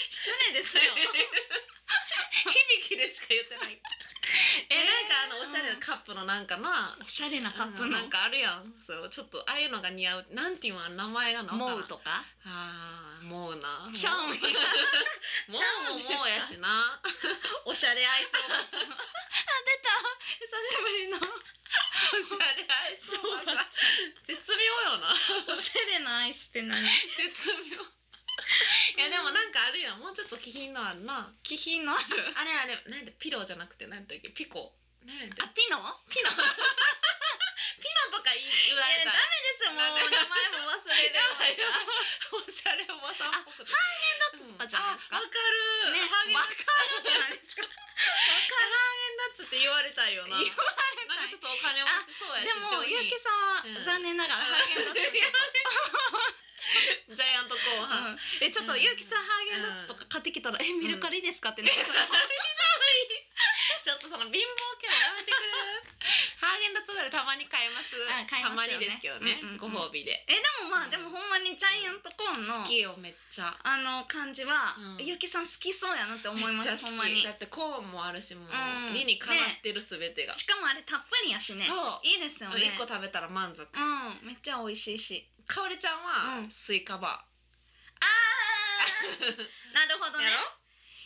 Speaker 2: 失礼ですよ
Speaker 1: 響きでしか言ってない えなんかあのおしゃれなカップのなんかな
Speaker 2: おしゃれなカップの
Speaker 1: なんかあるやんそうちょっとああいうのが似合うなんていうの名前がな
Speaker 2: モウとか
Speaker 1: ああもうな
Speaker 2: ちゃうんや
Speaker 1: もうもうもうやしな
Speaker 2: おしゃれアイスオーバスあ出た久しぶりの
Speaker 1: おしゃれアイス
Speaker 2: そう
Speaker 1: はさ絶妙よな
Speaker 2: おしゃれなアイスって何
Speaker 1: 絶妙いやでもなんかあるやんもうちょっと気品のあるな
Speaker 2: 気品のある
Speaker 1: あれあれなんでピローじゃなくてなんだっけピコなんだっけ
Speaker 2: あピノ
Speaker 1: ピ ノピノとか言言われ
Speaker 2: えー、
Speaker 1: た
Speaker 2: ダメ
Speaker 1: ら
Speaker 2: ですよもう名前も忘れるよ
Speaker 1: やばいやばいおしゃれおばさんっぽく
Speaker 2: ダ
Speaker 1: て
Speaker 2: ッツとかじゃないですか
Speaker 1: うんあわかる
Speaker 2: ね
Speaker 1: ハーゲン
Speaker 2: わ
Speaker 1: ダ
Speaker 2: か
Speaker 1: ッツ
Speaker 2: るって何ですか
Speaker 1: ハーゲンダッツって言われたいよな
Speaker 2: 言われ
Speaker 1: なんかちょっとお金持ちそうやし
Speaker 2: でも
Speaker 1: 上
Speaker 2: ゆう
Speaker 1: 品
Speaker 2: きさんは、
Speaker 1: うん
Speaker 2: 残念ながらハーゲンダッツちょっと
Speaker 1: ジャイアントコーンハン、
Speaker 2: えちょっとゆうきさんハーゲンダッツとか買ってきたら、えミルカリですかってね、
Speaker 1: ちょっとその貧乏キャラやめてくれる ハーゲンダッツぐらいたまに買います
Speaker 2: あ買いますよね
Speaker 1: たまにですけどね、
Speaker 2: うんうんうん
Speaker 1: ご褒美で
Speaker 2: えでもまあ、
Speaker 1: うん
Speaker 2: でもほんまにジャイアントコーンの
Speaker 1: 好きよめっちゃ
Speaker 2: あの感じは、
Speaker 1: うん
Speaker 2: ゆうきさん好きそうやなって思いま
Speaker 1: めっ
Speaker 2: す
Speaker 1: ちゃ
Speaker 2: ほん
Speaker 1: 好き
Speaker 2: まに
Speaker 1: だってコーンもあるしもう、
Speaker 2: うん
Speaker 1: 理にかなってるすべてが、
Speaker 2: しかもあれたっぷりやしね
Speaker 1: そう
Speaker 2: いいですよね
Speaker 1: 一個食べたら満足
Speaker 2: うんめっちゃ美味しいし
Speaker 1: かおりちゃんは、
Speaker 2: うん
Speaker 1: スイカバ
Speaker 2: あーなるほどね
Speaker 1: やろ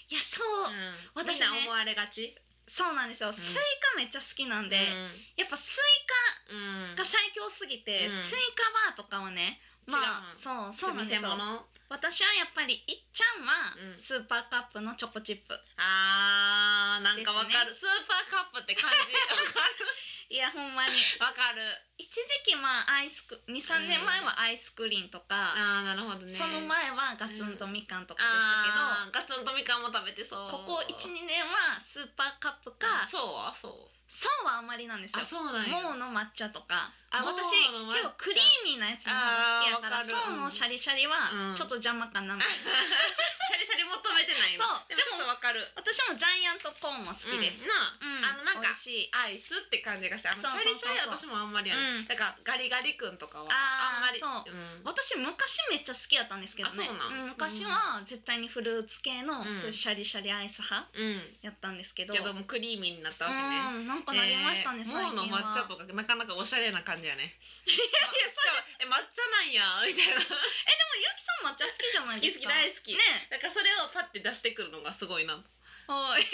Speaker 2: いやそ
Speaker 1: ー、
Speaker 2: う、
Speaker 1: 私
Speaker 2: 私
Speaker 1: は
Speaker 2: ね
Speaker 1: 思われがち
Speaker 2: そうなんですよ、スイカめっちゃ好きなんで、やっぱスイ
Speaker 1: うん、うん
Speaker 2: カが最強すぎて、
Speaker 1: うん
Speaker 2: スイカバーとかはね
Speaker 1: 違う
Speaker 2: まあそう
Speaker 1: ち
Speaker 2: そ
Speaker 1: ょっ
Speaker 2: うな
Speaker 1: と
Speaker 2: んで
Speaker 1: 偽
Speaker 2: すよ
Speaker 1: 物あ
Speaker 2: 私はやっぱりいっちゃんは、
Speaker 1: うん
Speaker 2: スーパーカップのチョコチップ
Speaker 1: あーなんかわかる、スーパーカップって感じわかる
Speaker 2: いいやほんまに
Speaker 1: わかる
Speaker 2: 一時期まあアイスク23年前はアイスクリーンとか、
Speaker 1: ああなるほどね
Speaker 2: その前はガツンとみかんとかでした
Speaker 1: あーガツンとみかんも食べてそう
Speaker 2: けど、ここ12年はスーパーカップか、
Speaker 1: そうはそう
Speaker 2: そうはあんまりなんですよ
Speaker 1: あそうなんや
Speaker 2: もうの抹茶とかあ
Speaker 1: モウの
Speaker 2: 私
Speaker 1: 抹茶
Speaker 2: 結構クリーミーなやつの方が好きやから
Speaker 1: あーわかる
Speaker 2: そうのシャリシャリは
Speaker 1: うん
Speaker 2: ちょっと邪魔かなみたいな、
Speaker 1: シャリシャリ求めてないの
Speaker 2: そう
Speaker 1: でもちょっとわかる
Speaker 2: 私もジャイアントコーンも好きです、
Speaker 1: うんな
Speaker 2: うん
Speaker 1: あのなんか
Speaker 2: 美味しい
Speaker 1: アイスって感じがしてあのシ
Speaker 2: そうそう
Speaker 1: ャ
Speaker 2: そう
Speaker 1: リシャリは私もあんまりやね、
Speaker 2: うん
Speaker 1: だからガリガリ君とかは
Speaker 2: あー
Speaker 1: あんまり
Speaker 2: そうん私昔めっちゃ好きだったんですけどね
Speaker 1: あそうなん
Speaker 2: うん昔は絶対にフルーツ系の、
Speaker 1: うん
Speaker 2: そういうシャリシャリアイス派
Speaker 1: うん
Speaker 2: やったんですけど
Speaker 1: けどもクリーミーになったわけね、
Speaker 2: うんなんかなりましたね、
Speaker 1: えー
Speaker 2: 最近は
Speaker 1: もうの抹茶とかなかなかおしゃれな感じ やね。いやしかもえ抹茶なんやみたいな。
Speaker 2: でもゆきさん抹茶好きじゃないですか
Speaker 1: 好き好き大好き
Speaker 2: ね
Speaker 1: なんかそれをパッて出してくるのがすごいな。
Speaker 2: はい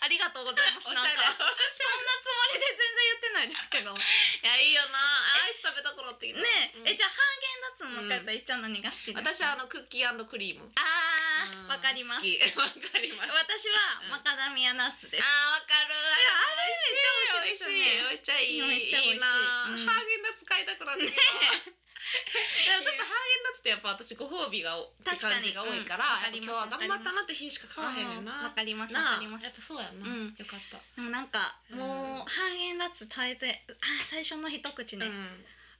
Speaker 2: ありがとうございます
Speaker 1: おし
Speaker 2: なん
Speaker 1: ゃれ。
Speaker 2: かそんなつもりで全然言ってないです けど
Speaker 1: いやいいよな。アイス食べたくなってきた。
Speaker 2: ね
Speaker 1: うん
Speaker 2: え、えじゃあハーゲンダッツの方いっちゃん何が好きですか
Speaker 1: 私はあのクッキークリーム。
Speaker 2: あー
Speaker 1: うん
Speaker 2: わかります
Speaker 1: 好き わかります。あーわ
Speaker 2: 私はマカダミアナッツです
Speaker 1: かる。あ
Speaker 2: あれめっちゃ美味しいですよね
Speaker 1: 美味しい。めっちゃいい。
Speaker 2: めっちゃ美味しい
Speaker 1: な
Speaker 2: うん
Speaker 1: ハーゲンダッツ買いたくなってきた。 でもちょっとハーゲンダッツってやっぱ私ご褒美がおって
Speaker 2: 確か
Speaker 1: 感
Speaker 2: に
Speaker 1: じが多いから、
Speaker 2: うん
Speaker 1: やっぱ今日は頑張ったなって日しか買わへん
Speaker 2: うん
Speaker 1: ねん
Speaker 2: わ
Speaker 1: な。
Speaker 2: かりますわ
Speaker 1: な
Speaker 2: かります
Speaker 1: やっぱそうやんな、
Speaker 2: うん
Speaker 1: よかった、
Speaker 2: でもなんか
Speaker 1: うん
Speaker 2: もうハーゲンダッツ耐えてあ最初の一口ね、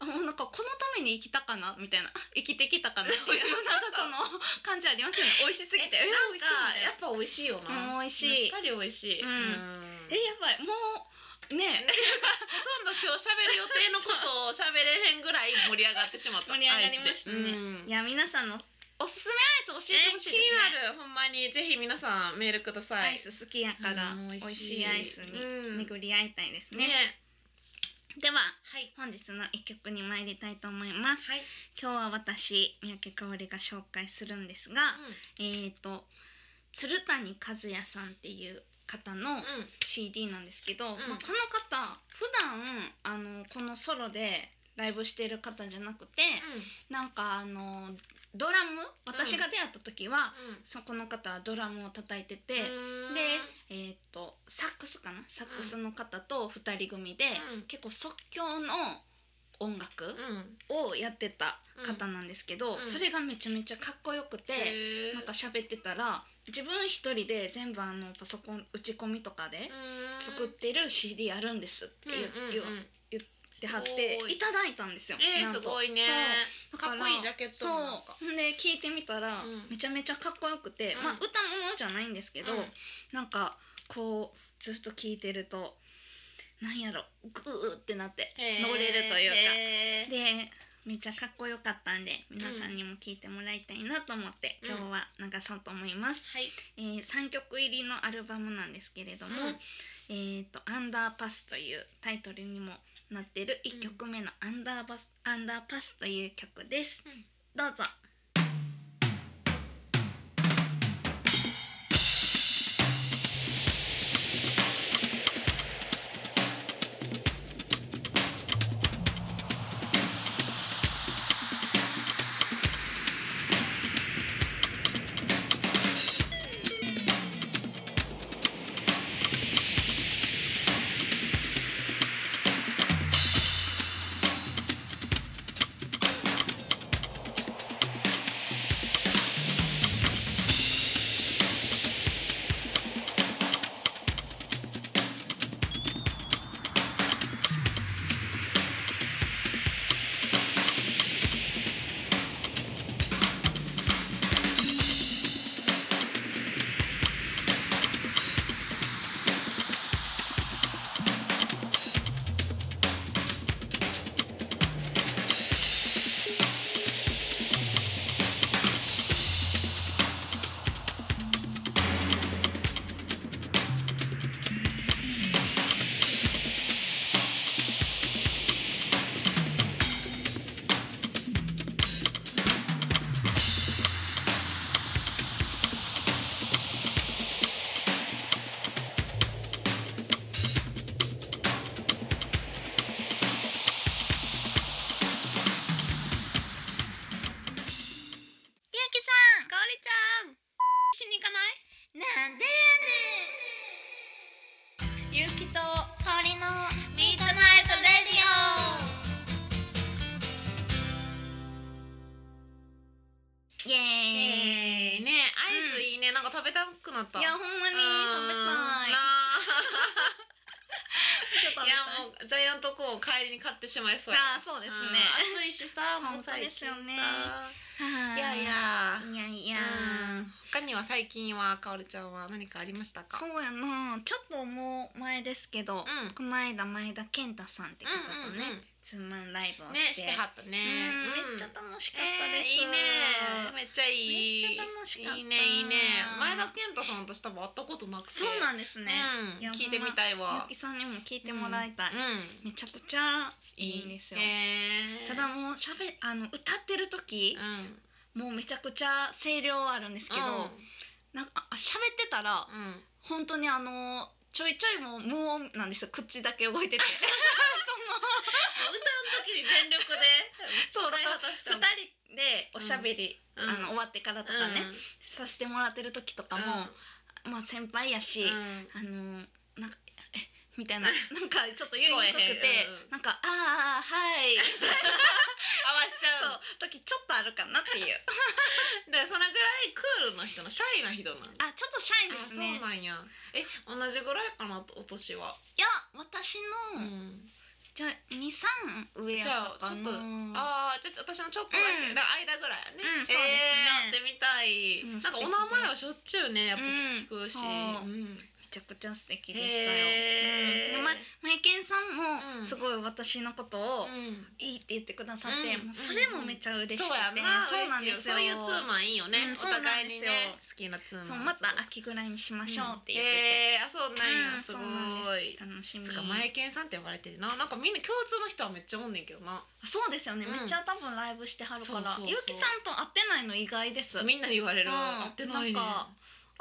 Speaker 2: もうなんかこのために生きたかなみたいなあ 生きてきたかなっ ていうなんかその感じありますよね美味しすぎて
Speaker 1: え
Speaker 2: え
Speaker 1: なん
Speaker 2: 美味し
Speaker 1: かや
Speaker 2: い
Speaker 1: っぱ美味しいよな、
Speaker 2: うん美味しい
Speaker 1: やっぱり美味しい、
Speaker 2: うん
Speaker 1: ん
Speaker 2: みたいなえやばいもうね
Speaker 1: ほとんど今日喋る予定のことを喋れへんぐらい盛り上がってしまった
Speaker 2: 盛り上がりましたね
Speaker 1: アイスでうん
Speaker 2: いや皆さんのおすすめアイス教えて
Speaker 1: え
Speaker 2: ほし
Speaker 1: 気
Speaker 2: い
Speaker 1: に
Speaker 2: ですね、
Speaker 1: なるほんまにぜひ皆さんメールくださ
Speaker 2: ア
Speaker 1: い
Speaker 2: イス好きやから
Speaker 1: うん
Speaker 2: 美
Speaker 1: 美
Speaker 2: 味
Speaker 1: 味
Speaker 2: し
Speaker 1: し
Speaker 2: い
Speaker 1: い
Speaker 2: アイスに巡り合いたいです
Speaker 1: ね
Speaker 2: ね,、では
Speaker 1: はい
Speaker 2: 本日の一曲に参りたいと思います
Speaker 1: はい、
Speaker 2: 今日は私三宅香織が紹介するんですが、えっ、と鶴谷和也さんっていう方の
Speaker 1: うん
Speaker 2: CD なんですけど、
Speaker 1: ん
Speaker 2: まあ、この方普段あのこのソロでライブしてる方じゃなくて、なんかあのドラム私が出会った時は、そこの方はドラムを叩いてて、
Speaker 1: うんうん
Speaker 2: でえーっとサックスかなサックスの方と2人組で、
Speaker 1: うん
Speaker 2: 結構即興の音楽
Speaker 1: うん
Speaker 2: をやってた方なんですけど、
Speaker 1: うん
Speaker 2: それがめちゃめちゃかっこよくて。
Speaker 1: へー
Speaker 2: なんか喋ってたら自分一人で全部あのパソコン打ち込みとかで
Speaker 1: うん
Speaker 2: 作ってる CD あるんですって
Speaker 1: うんうん
Speaker 2: 言
Speaker 1: うん
Speaker 2: うってはって
Speaker 1: すごい
Speaker 2: いただいたんですよ。
Speaker 1: え
Speaker 2: な
Speaker 1: ー、
Speaker 2: ん
Speaker 1: す
Speaker 2: と
Speaker 1: ごいね
Speaker 2: そうだ
Speaker 1: かっ
Speaker 2: ら
Speaker 1: こいいジャケット
Speaker 2: そう
Speaker 1: もなんか
Speaker 2: ほんで聞いてみたら、
Speaker 1: うん
Speaker 2: めちゃめちゃかっこよくて、
Speaker 1: うん
Speaker 2: まあ歌ものじゃないんですけど、
Speaker 1: うん
Speaker 2: なんかこうずっと聞いてるとなんやろグーってなって乗れるというか
Speaker 1: へー
Speaker 2: でめっちゃかっこよかったんで皆さんにも聞いてもらいたいなと思って、
Speaker 1: うん
Speaker 2: 今日は流そうと思います。
Speaker 1: はい
Speaker 2: えー、3曲入りのアルバムなんですけれども「
Speaker 1: うん
Speaker 2: えー、とアンダーパス」というタイトルにもなってる1曲目のアンダーバス「アンダーパス」という曲です。
Speaker 1: うん
Speaker 2: どうぞ
Speaker 1: 「
Speaker 2: イエーイ
Speaker 1: えー、ねアイスいいね、なんか食べたくなった
Speaker 2: いやほんまに食べたい
Speaker 1: べたいやもうジャイアントコーンを帰りに買ってしまいそうや
Speaker 2: あーそうですね
Speaker 1: うん暑い しさもう最近さ、
Speaker 2: 本当ですよねはい
Speaker 1: やいや
Speaker 2: いやいや、
Speaker 1: うん他には最近はかおるちゃんは何かありましたか
Speaker 2: そうやなちょっともう前ですけど、
Speaker 1: うん
Speaker 2: この間前田健太さんって方とね、
Speaker 1: うんうんうん
Speaker 2: ツーマンライブを
Speaker 1: ね
Speaker 2: して
Speaker 1: してはったね
Speaker 2: うんめっちゃ
Speaker 1: し
Speaker 2: 楽しかったです、
Speaker 1: いいねめっちゃいい
Speaker 2: めっちゃ楽しかった
Speaker 1: いいねいいね前田健太さんと多分会ったことなくて
Speaker 2: そうなんですね、
Speaker 1: うん
Speaker 2: いや
Speaker 1: 聞いてみたいわ
Speaker 2: ゆきさんにも聞いてもらいたい、
Speaker 1: うん
Speaker 2: めちゃくちゃいいんですよ、
Speaker 1: ね
Speaker 2: ただもうしゃべあの歌ってる時
Speaker 1: う、ん
Speaker 2: もうめちゃくちゃ声量あるんですけど、なんかあ喋ってたら
Speaker 1: うんうん
Speaker 2: 本当にあのちょいちょいもう無音なんですよ口だけ動い てて
Speaker 1: 歌う時に全力で
Speaker 2: そのそうだ
Speaker 1: 使い
Speaker 2: から
Speaker 1: 果たしち
Speaker 2: 2
Speaker 1: ゃう
Speaker 2: 人でおしゃべり、
Speaker 1: うん
Speaker 2: あの終わってからとかね、
Speaker 1: うん
Speaker 2: させてもらってる時とかも、まあ先輩やし、
Speaker 1: うん
Speaker 2: あのなんかえみたいななんかちょっと言いにくく
Speaker 1: 聞こえへ
Speaker 2: て
Speaker 1: んうんうん
Speaker 2: なんかああはい
Speaker 1: 合わしち
Speaker 2: そ
Speaker 1: ゃう
Speaker 2: う時ちょっとあるかなっていう
Speaker 1: でそのぐらいクールな人のシャイな人なん
Speaker 2: あちょっとシャイですね
Speaker 1: あそうなんやえ同じぐらいかなお年はい
Speaker 2: や私の、
Speaker 1: ん
Speaker 2: じゃ二三上やったかな
Speaker 1: じゃあちょっとああ、じゃあ私のちょっとだけ、
Speaker 2: うん
Speaker 1: だから間ぐらいやね。
Speaker 2: うんそうですね
Speaker 1: えー、やってみたい。
Speaker 2: うん
Speaker 1: なんかお名前はしょっちゅうね、やっぱ聞くし。
Speaker 2: うん
Speaker 1: う
Speaker 2: そうんめちゃくちゃ素敵でしたよ。
Speaker 1: へー
Speaker 2: うん、でまマイケンさん
Speaker 1: う
Speaker 2: も
Speaker 1: ん
Speaker 2: すごい私のことを
Speaker 1: うん
Speaker 2: いいって言ってくださって、
Speaker 1: うん
Speaker 2: もうそれもめちゃ嬉しくて、
Speaker 1: そうやな、
Speaker 2: そうなんですよ。
Speaker 1: 嬉しいよそういうツーマンいいよね。
Speaker 2: うん
Speaker 1: お
Speaker 2: そうなん
Speaker 1: 互い
Speaker 2: で
Speaker 1: に
Speaker 2: すよ
Speaker 1: ね、好きなツーマン。
Speaker 2: そうまた秋ぐらいにしましょうって言ってて、
Speaker 1: えー、あ、そうなん
Speaker 2: う
Speaker 1: や、
Speaker 2: ん
Speaker 1: す
Speaker 2: そ
Speaker 1: ご
Speaker 2: うなん
Speaker 1: い
Speaker 2: で。す楽しみ
Speaker 1: つうか、マエケンさんって呼ばれてるな、なんかみんな共通の人はめっちゃおんねんけどな。
Speaker 2: そうですよね、
Speaker 1: うん
Speaker 2: めっちゃ多分ライブしてはるから
Speaker 1: そうそうそう
Speaker 2: ゆうきさんと会ってないの意外です
Speaker 1: そうみんなに言われる、
Speaker 2: うん
Speaker 1: 合ってな
Speaker 2: な
Speaker 1: いね
Speaker 2: んか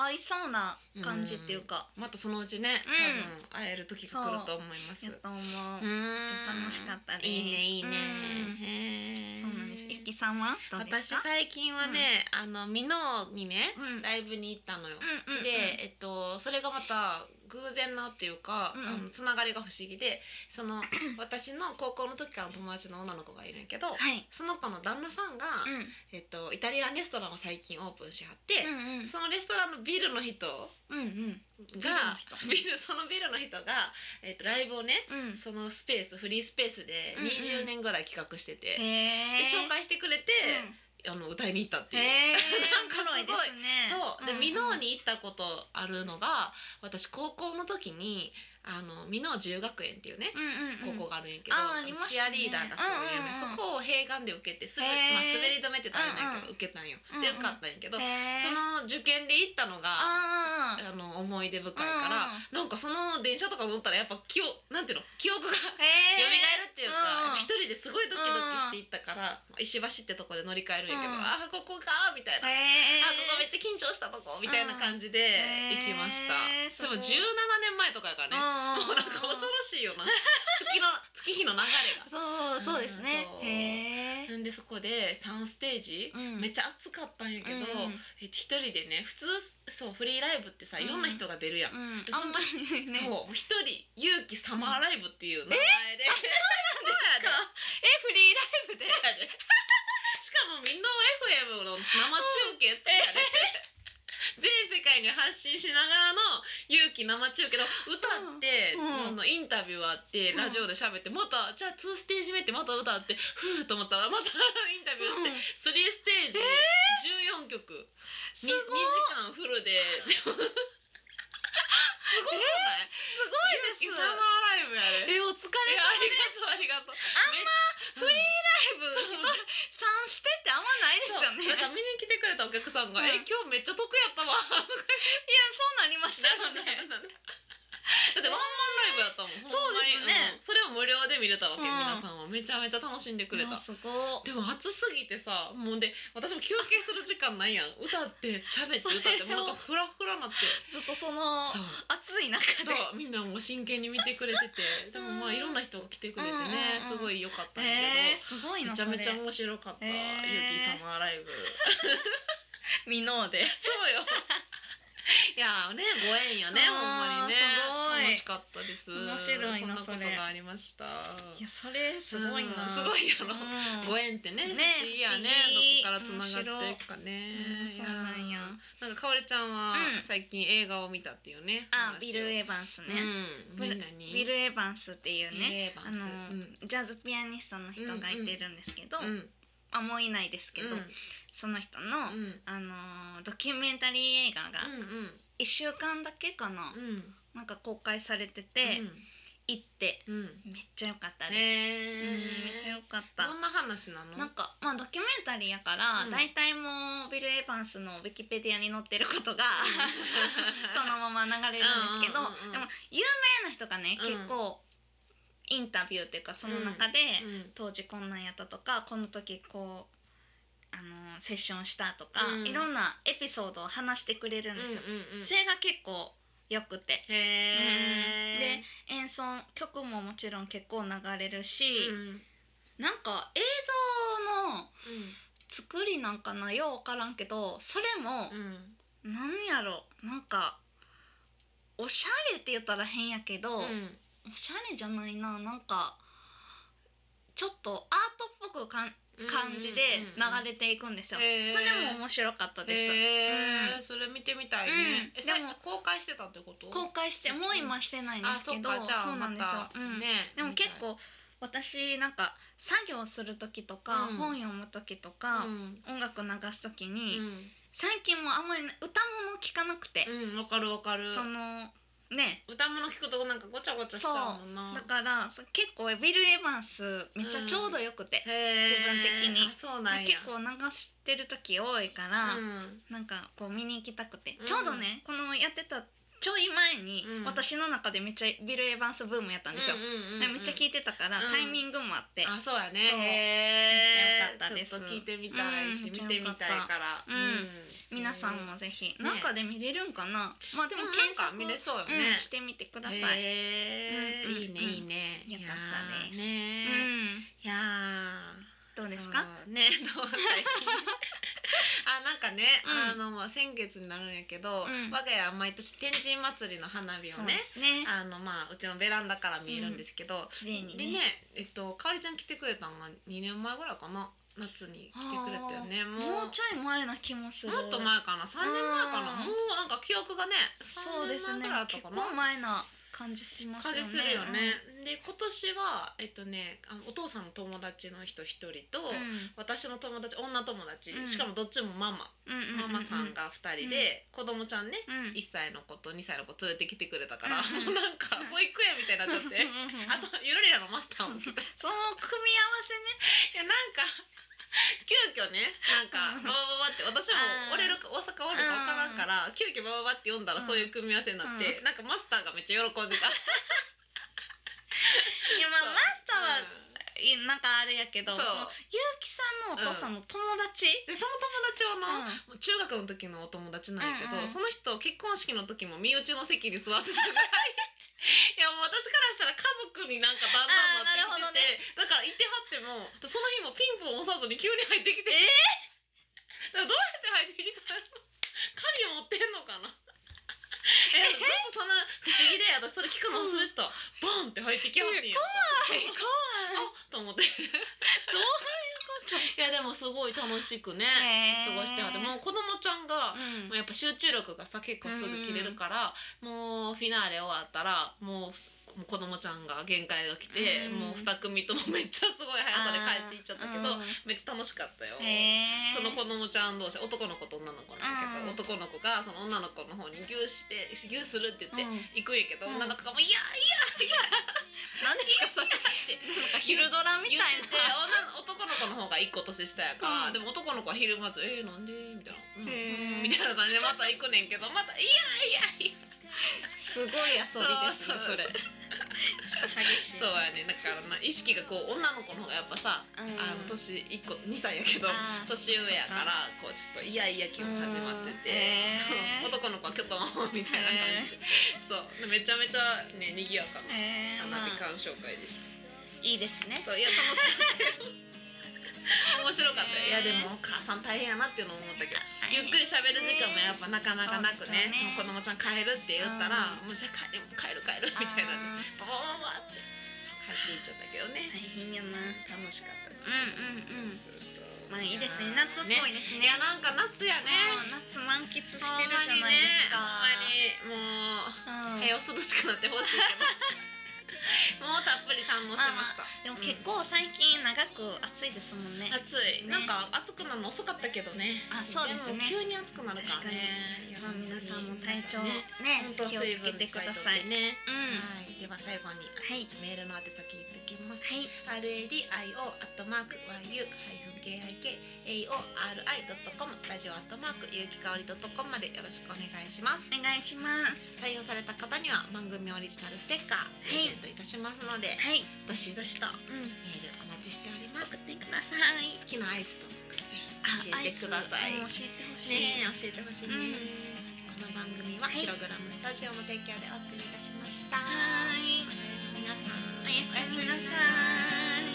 Speaker 2: 合いそうな感じっていうか、
Speaker 1: またそのうちね、
Speaker 2: うん
Speaker 1: 多分会える時が来ると思います
Speaker 2: や。と思う、
Speaker 1: ゃ
Speaker 2: 楽しかったです
Speaker 1: いいねいいね
Speaker 2: う
Speaker 1: へー
Speaker 2: そうなんですゆきさんはどうです
Speaker 1: 私
Speaker 2: か
Speaker 1: 最近はね、あのミノーにね
Speaker 2: うん、うんうん
Speaker 1: ライブに行ったのよ、
Speaker 2: うん、
Speaker 1: で、えっと、それがまた偶然なっていうか、
Speaker 2: うんうん
Speaker 1: あのつながりが不思議で その私の高校の時からの友達の女の子がいるんやけど、
Speaker 2: はい、
Speaker 1: その子の旦那さんが、
Speaker 2: うん
Speaker 1: えっと、イタリアンレストランを最近オープンしはって、
Speaker 2: うん
Speaker 1: そのレストランのビルの人が
Speaker 2: うんうん
Speaker 1: ビ
Speaker 2: ルの人
Speaker 1: ルそのビルの人が、えっと、ライブをね
Speaker 2: うん
Speaker 1: そのスペースフリースペースで
Speaker 2: うんうん
Speaker 1: 20年ぐらい企画してて、
Speaker 2: へ
Speaker 1: で紹介してくれて、あの歌いに行ったっていう。
Speaker 2: へえ
Speaker 1: なんかすごい
Speaker 2: おもろですね
Speaker 1: そうで
Speaker 2: んん
Speaker 1: 箕面に行ったことあるのが私高校の時にあの箕面自由学園っていうね
Speaker 2: うんうんうん
Speaker 1: 高校があるんやけど、
Speaker 2: あーありまし
Speaker 1: チ
Speaker 2: た
Speaker 1: ア
Speaker 2: ね
Speaker 1: リーダーがすごい有名、
Speaker 2: うんうんうん
Speaker 1: そこを併願で受けてすべ、
Speaker 2: へ
Speaker 1: ま
Speaker 2: ー
Speaker 1: あ、滑り止めってたらあれなんやけ
Speaker 2: う
Speaker 1: ど、
Speaker 2: んうん
Speaker 1: 受けたんよ、
Speaker 2: うんうん
Speaker 1: で受かったんやけど、
Speaker 2: へー
Speaker 1: その受験で行ったのがあ
Speaker 2: あー
Speaker 1: の思い出深いから、
Speaker 2: うんうん
Speaker 1: なんかその電車とか乗ったらやっぱ記憶なんていうの記憶が
Speaker 2: へえ
Speaker 1: 蘇るっていうか、
Speaker 2: うん
Speaker 1: 一人ですごいドキドキしていったから、石橋ってとこで乗り換えるんやけど、
Speaker 2: うん
Speaker 1: ああここかみたいな、あ
Speaker 2: へえ
Speaker 1: ここめっちゃ緊張したとこみたいな感じで
Speaker 2: うん
Speaker 1: 行きました、
Speaker 2: へーすごい
Speaker 1: でも17年前とかやからね、
Speaker 2: ね
Speaker 1: もうなんか恐ろしいよな月の月日の流れが
Speaker 2: そうそうですね
Speaker 1: うんそう
Speaker 2: へえ
Speaker 1: なんでそこで3ステージ、
Speaker 2: うん
Speaker 1: めっちゃ暑かったんやけど、え一人でね普通そうフリーライブってさいろんな人が出るやん、
Speaker 2: うんうん
Speaker 1: で
Speaker 2: あんまりね
Speaker 1: そうもう一人「勇気サマーライブ」っていう名前で、 そうやで
Speaker 2: かえフリーライブで
Speaker 1: やで しかもみんな FM の生中継つきやで、全世界に発信しながらの勇気生中継の歌って、
Speaker 2: うんうん
Speaker 1: あのインタビューあって
Speaker 2: うん
Speaker 1: ラジオで喋ってまたじゃあ2ステージ目ってまた歌ってふうと思ったらまたインタビューして、
Speaker 2: うん
Speaker 1: 3ステージ、14曲
Speaker 2: す
Speaker 1: に
Speaker 2: ごい
Speaker 1: 2時間フルですごくない、
Speaker 2: すごい
Speaker 1: 勇気
Speaker 2: です
Speaker 1: サマーライブやで、
Speaker 2: えお疲れ様です
Speaker 1: いやありがとうありがとうあんまフ
Speaker 2: ラ
Speaker 1: リー
Speaker 2: イブ
Speaker 1: そう
Speaker 2: 三ステってあんまないです
Speaker 1: そう
Speaker 2: よ
Speaker 1: なんか
Speaker 2: ね
Speaker 1: 見に来てくれたお客さんが
Speaker 2: うん
Speaker 1: 「え今日めっちゃ得やったわ」とか
Speaker 2: いやそうなります
Speaker 1: 言
Speaker 2: よ
Speaker 1: って
Speaker 2: ね
Speaker 1: だ ってワンマンライブやったもん
Speaker 2: そうですね
Speaker 1: ほんまにうんそれを無料で見れたわけ、
Speaker 2: うん
Speaker 1: 皆さんはめちゃめちゃ楽しんでくれ
Speaker 2: いや
Speaker 1: た
Speaker 2: すごい
Speaker 1: でも暑すぎてさもうで私も休憩する時間ないやん歌って喋って
Speaker 2: それを
Speaker 1: 歌ってもうなんかフラフラなって
Speaker 2: ずっとその
Speaker 1: そう
Speaker 2: 暑い中で
Speaker 1: そうみんなもう真剣に見てくれて てでもまあ
Speaker 2: うん
Speaker 1: いろんな人が来てくれてね
Speaker 2: うんうんう
Speaker 1: す
Speaker 2: ん
Speaker 1: ごい良かったんだ
Speaker 2: えー、
Speaker 1: け
Speaker 2: すごい
Speaker 1: ど
Speaker 2: な
Speaker 1: めちゃめちゃ
Speaker 2: それ
Speaker 1: 面白かった「
Speaker 2: へ
Speaker 1: ゆ
Speaker 2: ー
Speaker 1: うきサマーライブ」
Speaker 2: ミノーで
Speaker 1: そうよ。いやーねご縁やねほんま
Speaker 2: あー
Speaker 1: にね楽
Speaker 2: す
Speaker 1: しかったです
Speaker 2: 面白いな
Speaker 1: そんな
Speaker 2: そ
Speaker 1: こと
Speaker 2: れ
Speaker 1: がありました
Speaker 2: いやそれすごいな、
Speaker 1: うんすごいやろ、
Speaker 2: うん
Speaker 1: ご縁ってね
Speaker 2: ね
Speaker 1: 不思議やね
Speaker 2: 不思議
Speaker 1: どこからつながっていくかね
Speaker 2: うんそうなんや
Speaker 1: いーなんかかおりちゃんは
Speaker 2: うん
Speaker 1: 最近映画を見たっていうね、
Speaker 2: あ
Speaker 1: 話を
Speaker 2: ビル・エヴァンスね、
Speaker 1: うん、みんなに
Speaker 2: ビル・エヴァンスっていう
Speaker 1: ビル
Speaker 2: ね
Speaker 1: エヴァ
Speaker 2: あ
Speaker 1: ンス
Speaker 2: の、ジャズピアニストの人がいてるんですけど、
Speaker 1: うんうん
Speaker 2: あもういないですけど、
Speaker 1: うん
Speaker 2: その人の、
Speaker 1: うん
Speaker 2: あのードキュメンタリー映画が1週間だけかな、
Speaker 1: うんうんうん
Speaker 2: なんか公開されてて、行って
Speaker 1: うん
Speaker 2: めっちゃ良かった
Speaker 1: うん、
Speaker 2: です、うん
Speaker 1: え
Speaker 2: めっちゃ良かった
Speaker 1: どんな話なの
Speaker 2: なんかまあドキュメンタリーやから、
Speaker 1: うん
Speaker 2: 大体もうビル・エヴァンスのウィキペディアに載ってること がそのまま流れるんですけど、
Speaker 1: うんうんうんうん
Speaker 2: でも有名な人がね
Speaker 1: うん
Speaker 2: 結構インタビューっていうかその中で、
Speaker 1: うん
Speaker 2: 当時こんなんやったとかこの時こう。あのセッションしたとか、
Speaker 1: うん
Speaker 2: いろんなエピソードを話してくれるんですよ。
Speaker 1: うんうんうん
Speaker 2: それが結構良くて、
Speaker 1: へえ
Speaker 2: で演奏曲ももちろん結構流れるし、
Speaker 1: うん
Speaker 2: なんか映像の作りなんかなよう分からんけどそれも
Speaker 1: うんうん
Speaker 2: なんやろなんかおしゃれって言ったら変やけど、
Speaker 1: う
Speaker 2: お
Speaker 1: ん
Speaker 2: しゃれじゃないななんかちょっとアートっぽくかん感じで流れていくんですよ、
Speaker 1: うんうんうんへー
Speaker 2: それも面白かったです、
Speaker 1: へえ、
Speaker 2: う
Speaker 1: それ見てみたいね
Speaker 2: う。ん
Speaker 1: え
Speaker 2: でも
Speaker 1: さ公開してたってこと？
Speaker 2: 公開してもう今してないんです
Speaker 1: あ、そ
Speaker 2: け
Speaker 1: っ
Speaker 2: ど、
Speaker 1: か、じゃあ
Speaker 2: そうなんですよ、
Speaker 1: また
Speaker 2: うん
Speaker 1: ね。
Speaker 2: でも結構私なんか作業する時とか、
Speaker 1: うん
Speaker 2: 本読む時と
Speaker 1: 見
Speaker 2: か
Speaker 1: たい、う
Speaker 2: 音
Speaker 1: ん
Speaker 2: 楽流す時に、
Speaker 1: う
Speaker 2: 最近もあんまりね歌物聴かなくて、
Speaker 1: ん、うん、わかるわかる。
Speaker 2: そのね
Speaker 1: 歌物聞くとなんかごちゃごちゃしちゃうもんな。
Speaker 2: だからそ結構ビル・エヴァンスめっちゃちょうどよくて、
Speaker 1: へー
Speaker 2: 自分的に
Speaker 1: あそうなんや。
Speaker 2: 結構流してる時多いから、
Speaker 1: うん
Speaker 2: なんかこう見に行きたくて、
Speaker 1: うん
Speaker 2: ちょうどねこのやってたちょい前に、
Speaker 1: うん
Speaker 2: 私の中でめっちゃビル・エヴァンスブームやったんですよ、
Speaker 1: うんうんうん
Speaker 2: だからめっちゃ聞いてたから、
Speaker 1: うん
Speaker 2: タイミングもあって、
Speaker 1: あ、そうやね。
Speaker 2: そう
Speaker 1: へ
Speaker 2: めっちゃ良かっ
Speaker 1: ー
Speaker 2: たです
Speaker 1: ちょっと聞いてみたいし、
Speaker 2: うんめっちゃ
Speaker 1: 見てみたいから。
Speaker 2: うん皆さんもぜひ、なんかで見れるんかなまあで
Speaker 1: で
Speaker 2: も
Speaker 1: も
Speaker 2: 検
Speaker 1: 検
Speaker 2: 索
Speaker 1: 索見れそう
Speaker 2: う
Speaker 1: よね
Speaker 2: ん、。してみてください、
Speaker 1: へ
Speaker 2: う
Speaker 1: ー
Speaker 2: んうんうん
Speaker 1: いいねいいね。
Speaker 2: よかったですうん
Speaker 1: いやーねー。いやー。
Speaker 2: どうですか
Speaker 1: そうねどう最 近あなんかね、
Speaker 2: うん
Speaker 1: あのまあ先月になるんやけど、
Speaker 2: うん
Speaker 1: 我が家は毎年天神祭りの花火を
Speaker 2: そうで
Speaker 1: ね
Speaker 2: すね
Speaker 1: あのまあうちのベランダから見えるんですけど、
Speaker 2: 綺麗に
Speaker 1: でねえっとかおりちゃん来てくれたのが2年前ぐらいかな夏に来てくれたよね
Speaker 2: も
Speaker 1: も
Speaker 2: う
Speaker 1: う
Speaker 2: ちょい前な気もする
Speaker 1: もっと前かな3年前かな
Speaker 2: うん
Speaker 1: もうなんか記憶がね
Speaker 2: そう
Speaker 1: 3
Speaker 2: ですね
Speaker 1: 年前ぐらいだった
Speaker 2: 結
Speaker 1: か
Speaker 2: 構
Speaker 1: な、
Speaker 2: 前な感じしますよ
Speaker 1: 感
Speaker 2: ね
Speaker 1: じするよね、で今年はえっとねあのお父さんの友達の人一人と、
Speaker 2: うん
Speaker 1: 私の友達女友達、
Speaker 2: うん
Speaker 1: しかもどっちもママ、
Speaker 2: うんうんうんうん
Speaker 1: ママさんが2人で、子供ちゃんね
Speaker 2: うん
Speaker 1: 1歳の子と2歳の子連れてきてくれたから、
Speaker 2: うんうん
Speaker 1: もう なんか保育園みたいになっちゃっ てあとゆらりらのマスターも来たい
Speaker 2: その組み
Speaker 1: やなんか急遽ねなんか
Speaker 2: うん
Speaker 1: ババババって私
Speaker 2: あー
Speaker 1: も折れるか大阪折るか分からんから急遽バババって読んだら
Speaker 2: うん
Speaker 1: そういう組み合わせになって、なんかマスターがめっちゃ喜んでた。
Speaker 2: 合わせねいやま
Speaker 1: そう
Speaker 2: あマスターは
Speaker 1: うん
Speaker 2: いやなんかあれやけど
Speaker 1: そう
Speaker 2: そのゆうきさんのお父さんの友達
Speaker 1: でその友達はな、
Speaker 2: うん
Speaker 1: もう中学の時のお友達なんやけど、
Speaker 2: うんうん
Speaker 1: その人結婚式の時も身内の席に座ってたぐらい いやもう私からしたら家族になんかだんだんなってきてて、だから行ってはってもその日もピンポン押さずに急に入ってきて、だからどうやって入ってきたの 鍵持ってんのかなえずっとそんな不思議で私それ聞くの忘れてた、バンって入ってきはってんやん
Speaker 2: 怖い
Speaker 1: あと思って
Speaker 2: どう
Speaker 1: ど ういうこといやでもすごい楽しくね、 過ごしてはってもう子供ちゃんが、
Speaker 2: うん
Speaker 1: もうやっぱ集中力がさ結構すぐ切れるから、もうフィナーレ終わったらもうもう子供ちゃんが限界が来て、
Speaker 2: うん
Speaker 1: もう2組ともめっちゃすごい速さで帰っていっちゃったけ
Speaker 2: う
Speaker 1: ど、
Speaker 2: ん
Speaker 1: めっちゃ楽しかったよ。
Speaker 2: へー
Speaker 1: その子供ちゃん同士男の子と女の子なん
Speaker 2: うん
Speaker 1: やけど、男の子がその女の子の方にギューしてギューするって言って
Speaker 2: うん
Speaker 1: 行くんやけど、
Speaker 2: うん
Speaker 1: 女の子がもう「いやい
Speaker 2: なんで
Speaker 1: やそれ」って
Speaker 2: なんか昼ドラみたい
Speaker 1: 言ってて
Speaker 2: な
Speaker 1: 女の男の子の方が1個年下やから、
Speaker 2: うん
Speaker 1: でも男の子は昼まず「えー、なんで?」みたいな、うん
Speaker 2: へー
Speaker 1: みたいな感じでまた行くねんけどまた「いやいやいや」
Speaker 2: すごい遊びですね
Speaker 1: そうそう
Speaker 2: それ激しい
Speaker 1: そうやねだからな意識がこう女の子の方がやっぱさ、
Speaker 2: うん
Speaker 1: あの年1個2歳やけど
Speaker 2: あー
Speaker 1: 年上やからこうちょっとイヤイヤ期も始まってて、
Speaker 2: うんへー
Speaker 1: そう男の子はきょとんみたいな感じで、そうめちゃめちゃね賑やかな
Speaker 2: えーま
Speaker 1: 花火
Speaker 2: あ
Speaker 1: 鑑賞会でした、
Speaker 2: いいですね
Speaker 1: そういや楽しかったよ 面白かったよいや
Speaker 2: へー
Speaker 1: でもお母さん大変やなっていうのも思ったけど
Speaker 2: あない
Speaker 1: ゆっくり喋る時間もやっぱなかなかなくね
Speaker 2: ね
Speaker 1: もう子供ちゃん帰るって言ったら、
Speaker 2: う
Speaker 1: もうじゃあ帰る帰る帰るみたいな
Speaker 2: あー
Speaker 1: バババババって帰っていっちゃったけどね、
Speaker 2: 大変やな
Speaker 1: 楽しかった
Speaker 2: うんうんうんまあいいですね夏っぽ
Speaker 1: ね
Speaker 2: いです
Speaker 1: い
Speaker 2: ね
Speaker 1: やなんか夏やね
Speaker 2: もう夏満喫してるじ
Speaker 1: ほん
Speaker 2: ゃ
Speaker 1: まに
Speaker 2: ないで
Speaker 1: ね
Speaker 2: すか
Speaker 1: ほんまにもう
Speaker 2: うん
Speaker 1: 部屋を涼しくなってほしいけどもうたっぷり堪能しました、
Speaker 2: でも結構最近長く暑いですもんね
Speaker 1: 暑
Speaker 2: ね
Speaker 1: い、なんか暑くなるの遅かったけどね
Speaker 2: あそうですね
Speaker 1: も急に暑くなる
Speaker 2: 確
Speaker 1: か
Speaker 2: からに
Speaker 1: ねいや
Speaker 2: まあ皆さんも体調ね
Speaker 1: ね本当
Speaker 2: 気を
Speaker 1: 水
Speaker 2: つけ
Speaker 1: 分
Speaker 2: てください
Speaker 1: 書いとってね、
Speaker 2: うん
Speaker 1: はいでは最後に
Speaker 2: はい
Speaker 1: メールの宛先言ってきます
Speaker 2: はい
Speaker 1: RADIO アットマーク YU-KIKAORI.com ラジオアットマーク有機香り .com までよろしくお願いしま
Speaker 2: お
Speaker 1: す
Speaker 2: 願いします
Speaker 1: 採用された方には番組オリジナルステッカープレゼントいたしますので、
Speaker 2: はい
Speaker 1: どしどしと
Speaker 2: うん
Speaker 1: メールお待ちしております
Speaker 2: 送ってください
Speaker 1: 好きなアイスとかぜひ教
Speaker 2: あ
Speaker 1: えてください
Speaker 2: アイ
Speaker 1: ね
Speaker 2: スうん教えてほしい
Speaker 1: え教えてほしい
Speaker 2: う
Speaker 1: ね、
Speaker 2: ん
Speaker 1: この番組は
Speaker 2: はい
Speaker 1: ヒログラムスタジオの提供でお送りいたしました、
Speaker 2: はーい
Speaker 1: おやすみな
Speaker 2: おやす
Speaker 1: さい
Speaker 2: みなさい